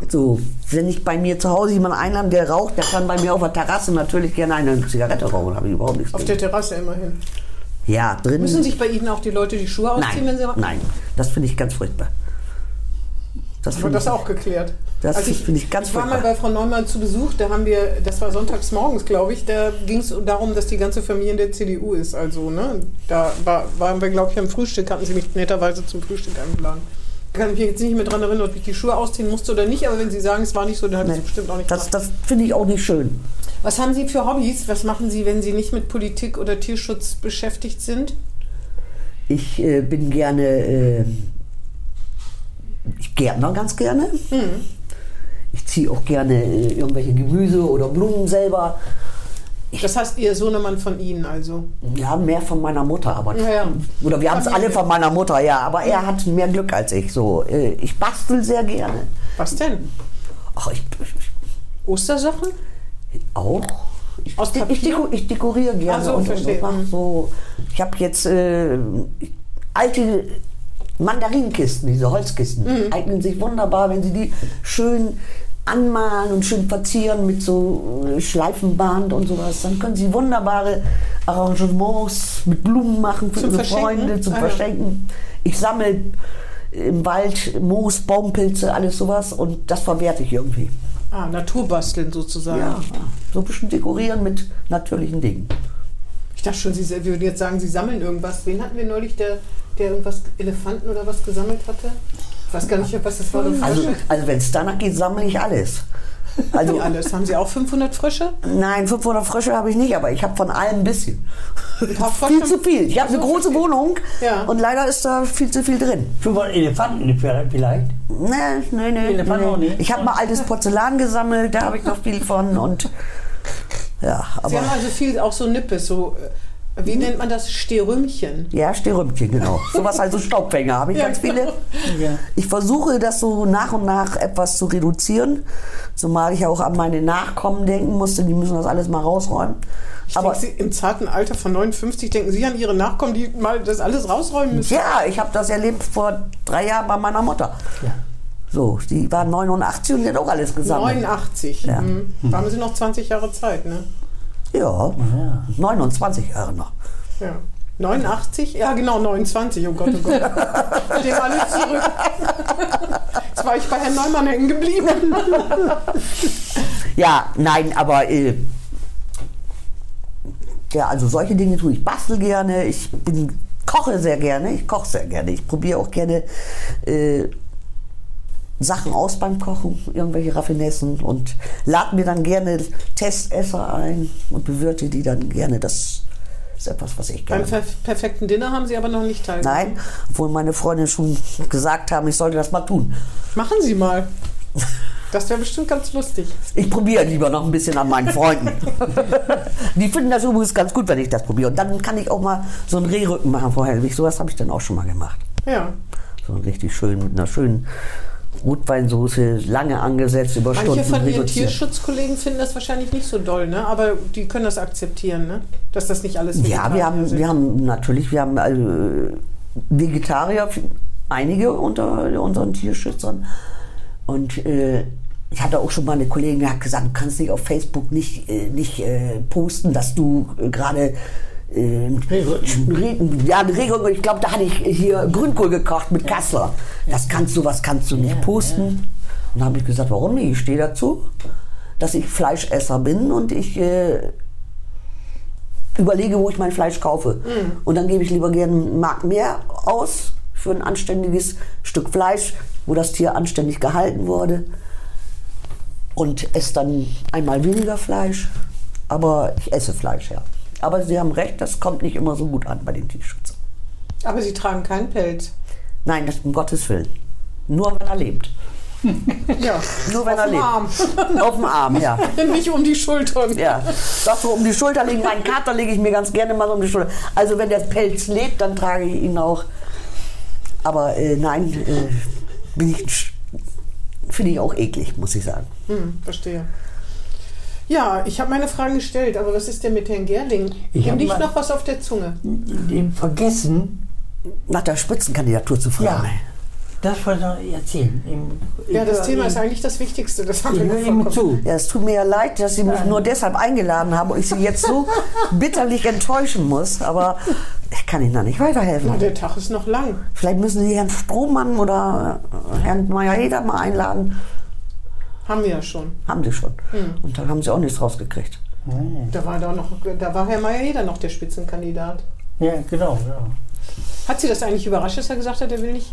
so, wenn ich bei mir zu Hause jemanden einlade, der raucht, der kann bei mir auf der Terrasse natürlich gerne eine Zigarette rauchen, habe ich überhaupt nichts Auf der gegen. Terrasse immerhin. Ja, drin. Müssen sich bei Ihnen auch die Leute die Schuhe ausziehen, wenn nein, Sie machen? nein, das finde ich ganz furchtbar. Das Wird finde das ich, auch geklärt? Das finde ich ganz Ich war mal furchtbar. bei Frau Neumann zu Besuch, da haben wir, das war sonntags morgens, glaube ich, da ging es darum, dass die ganze Familie in der CDU ist. Also, ne, da war, waren wir, glaube ich, am Frühstück, hatten sie mich netterweise zum Frühstück eingeladen. Ich kann mich jetzt nicht mehr daran erinnern, ob ich die Schuhe ausziehen musste oder nicht, aber wenn Sie sagen, es war nicht so, dann habe ich Nein, es bestimmt auch nicht das, gemacht. das finde ich auch nicht schön. Was haben Sie für Hobbys? Was machen Sie, wenn Sie nicht mit Politik oder Tierschutz beschäftigt sind? Ich äh, bin gerne, äh, ich gärtner ganz gerne. Mhm. Ich ziehe auch gerne äh, irgendwelche Gemüse oder Blumen selber. Das heißt, Ihr Sohnemann von Ihnen also. Ja, mehr von meiner Mutter, aber Ja, ja. oder wir haben es alle von meiner Mutter, ja, aber er hat mehr Glück als ich. So, äh, ich bastel sehr gerne. Was denn? Ach, ich, ich Ostersachen? auch. Ich, Aus ich, Papier? deko, ich dekoriere gerne Ach so, und, und, verstehe. Mhm. und mach so. Ich habe jetzt äh, alte Mandarinenkisten, diese Mhm. Holzkisten, eignen sich wunderbar, wenn sie die schön anmalen und schön verzieren mit so äh, Schleifenband und sowas. Dann können sie wunderbare Arrangements mit Blumen machen für Zum ihre Verschenken? Freunde zum Ah, ja. Verschenken. Ich sammle im Wald Moos, Baumpilze, alles sowas und das verwerte ich irgendwie. Ah, Naturbasteln sozusagen. Ja, so ein bisschen dekorieren mit natürlichen Dingen. Ich dachte schon, Sie se- würden jetzt sagen, Sie sammeln irgendwas. Wen hatten wir neulich, der, der irgendwas, Elefanten oder was gesammelt hatte? Ich weiß gar nicht, was das war. Eine Also, Frösche? also wenn es danach geht, sammle ich alles. Wie Also alles. Haben Sie auch 500 Frösche? nein, 500 Frösche habe ich nicht, aber ich habe von allem ein bisschen. paar Frösche- viel zu viel. Ich habe eine So große viel. Wohnung Ja. und leider ist da viel zu viel drin. Für mal Elefanten vielleicht. Nee, nee, nee. Nee, fand ich auch nee. nicht. Ich habe mal altes Porzellan gesammelt, da habe ich noch viel von und ja, Sie aber haben also viel, auch so Nippes, so, äh, wie nennt man das? Stehrümchen. ja, Stehrümpchen, genau. Sowas also Staubfänger habe ich Ja, ganz genau. viele. Ich versuche das so nach und nach etwas zu reduzieren, zumal ich ja auch an meine Nachkommen denken musste, die müssen das alles mal rausräumen. Aber Aber Sie, Im zarten Alter von 59 denken Sie an Ihre Nachkommen, die mal das alles rausräumen müssen. ja, ich habe das erlebt vor drei Jahren bei meiner Mutter. Ja. So, die war 89 und die hat auch alles gesammelt. 89. Ja. Mhm. Da haben Sie noch 20 Jahre Zeit, ne? Ja, Ja. 29 Jahre noch. Ja. 89? Ja, genau, 29. Oh Gott, oh Gott. Dem alles zurück. Jetzt war ich bei Herrn Neumann hängen geblieben. Ja, nein, aber äh, ja, also solche Dinge tue ich. Bastel gerne, ich bin, koche sehr gerne, ich koche sehr gerne. Ich probiere auch gerne äh, Sachen aus beim Kochen, irgendwelche Raffinessen und lade mir dann gerne Testesser ein und bewirte die dann gerne. Das ist etwas, was ich gerne Beim perf- perfekten Dinner haben Sie aber noch nicht teilgenommen. Nein, obwohl meine Freunde schon gesagt haben, ich sollte das mal tun. Machen Sie mal. Das wäre bestimmt ganz lustig. Ich probiere lieber noch ein bisschen an meinen Freunden. Die finden das übrigens ganz gut, wenn ich das probiere. Und dann kann ich auch mal so einen Rehrücken machen vorher. Helwig. Sowas habe ich dann auch schon mal gemacht. Ja. So einen richtig schön mit einer schönen Rotweinsoße, lange angesetzt, über Manche Stunden von Ihren reduziert. Tierschutzkollegen finden das wahrscheinlich nicht so doll, ne? aber die können das akzeptieren, ne? dass das nicht alles Ja, wir Vegetarier haben, sind. wir haben natürlich, wir haben äh, Vegetarier, einige unter unseren Tierschützern. Und äh, ich hatte auch schon mal eine Kollegin, die hat gesagt, du kannst nicht auf Facebook nicht, äh, nicht äh, posten, dass du äh, gerade äh, Reden- ja, eine Regung, ich glaube, da hatte ich hier Grünkohl gekocht mit Kassler. Das kannst du, was kannst du nicht posten. Und dann habe ich gesagt, warum nicht? Ich stehe dazu, dass ich Fleischesser bin und ich äh, überlege, wo ich mein Fleisch kaufe. Und dann gebe ich lieber gerne einen Mark mehr aus für ein anständiges Stück Fleisch, wo das Tier anständig gehalten wurde. Und esse dann einmal weniger Fleisch, aber ich esse Fleisch, ja. Aber Sie haben recht, das kommt nicht immer so gut an bei den Tierschützern. Aber sie tragen keinen Pelz. Nein, das um Gottes Willen. Nur wenn er lebt. Ja. Nur wenn Auf er dem lebt. Arm. Auf dem Arm, ja. nicht um die Schultern. Ja, doch so um die Schulter legen. Meinen Kater lege ich mir ganz gerne mal so um die Schulter. Also wenn der Pelz lebt, dann trage ich ihn auch. Aber äh, nein, äh, bin ich, ein Sch- finde ich auch eklig, muss ich sagen. Hm, verstehe. Ja, ich habe meine Fragen gestellt, aber was ist denn mit Herrn Gerling? Ich Ihm hab liegt mal- noch was auf der Zunge. Den vergessen, Nach der Spitzenkandidatur zu fragen. Ja. das wollte ich erzählen. Ihm- Ja, das ich- Thema ich- ist eigentlich das Wichtigste. Das haben Ich wir höre noch ihm vollkommen- zu. Ja, es tut mir ja leid, dass Sie mich nur deshalb eingeladen haben und ich Sie jetzt so bitterlich enttäuschen muss. Aber ich kann Ihnen da nicht Na, weiterhelfen. der Tag ist noch lang. Vielleicht müssen Sie Herrn Strohmann oder äh, Herrn Meyer-Heder mal einladen. Haben wir ja schon. Hm. Haben Sie schon. Und da haben Sie auch nichts rausgekriegt. Da war, da noch, da war Herr Meyer-Heder noch der Spitzenkandidat. Ja, genau, genau. Hat Sie das eigentlich überrascht, dass er gesagt hat, er will nicht?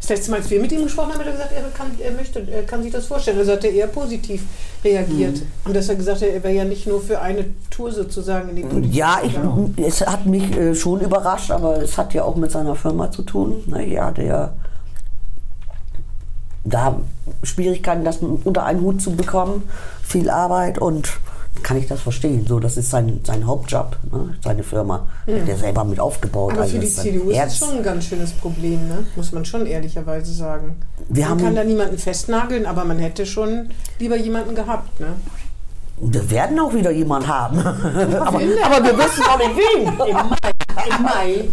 Das letzte Mal, als wir mit ihm gesprochen haben, hat er gesagt, er kann, er möchte, er kann sich das vorstellen. Also hat er eher positiv Mhm. reagiert. Und dass er gesagt hat, er wäre ja nicht nur für eine Tour sozusagen in die Politik. Ja, ich, Genau. es hat mich äh, schon überrascht, aber es hat ja auch mit seiner Firma zu tun. Ne? Er hatte ja da Schwierigkeiten, das unter einen Hut zu bekommen, viel Arbeit und kann ich das verstehen. So, das ist sein, sein Hauptjob, ne? seine Firma, hat er selber mit aufgebaut. Aber für die das ist sein CDU ist Herz. das schon ein ganz schönes Problem, ne? muss man schon ehrlicherweise sagen. Wir man haben- kann da niemanden festnageln, aber man hätte schon lieber jemanden gehabt. Ne? Wir werden auch wieder jemand haben. aber, Ende. aber wir wissen auch nicht wen. Im Mai,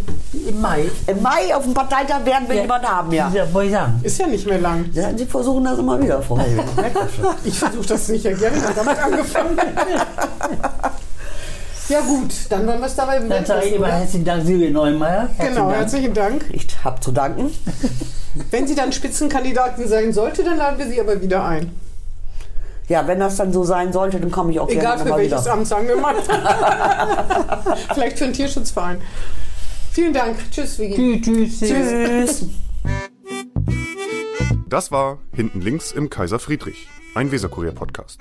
im Mai, Im Mai auf dem Parteitag werden wir Ja. jemanden haben, ja. ja. wollte ich sagen. Ist ja nicht mehr lang. Ja, Sie versuchen das immer wieder, Frau Helwig. Merkt man schon. Ich versuche das sicher gerne, ich hab damit angefangen. ja gut, dann wollen wir es dabei Dann sage ich immer oder? herzlichen Dank, Silvia Neumeier. Herzlichen Genau, Dank. herzlichen Dank. Ich habe zu danken. Wenn sie dann Spitzenkandidatin sein sollte, dann laden wir sie aber wieder ein. Ja, wenn das dann so sein sollte, dann komme ich auch Egal gerne für mal welches wieder. Amt, sagen wir mal. Vielleicht für einen Tierschutzverein. Vielen Dank. Tschüss, Vicky. Tschüss, tschüss. tschüss. Tschüss. Das war Hinten links im Kaiser Friedrich, ein Weserkurier-Podcast.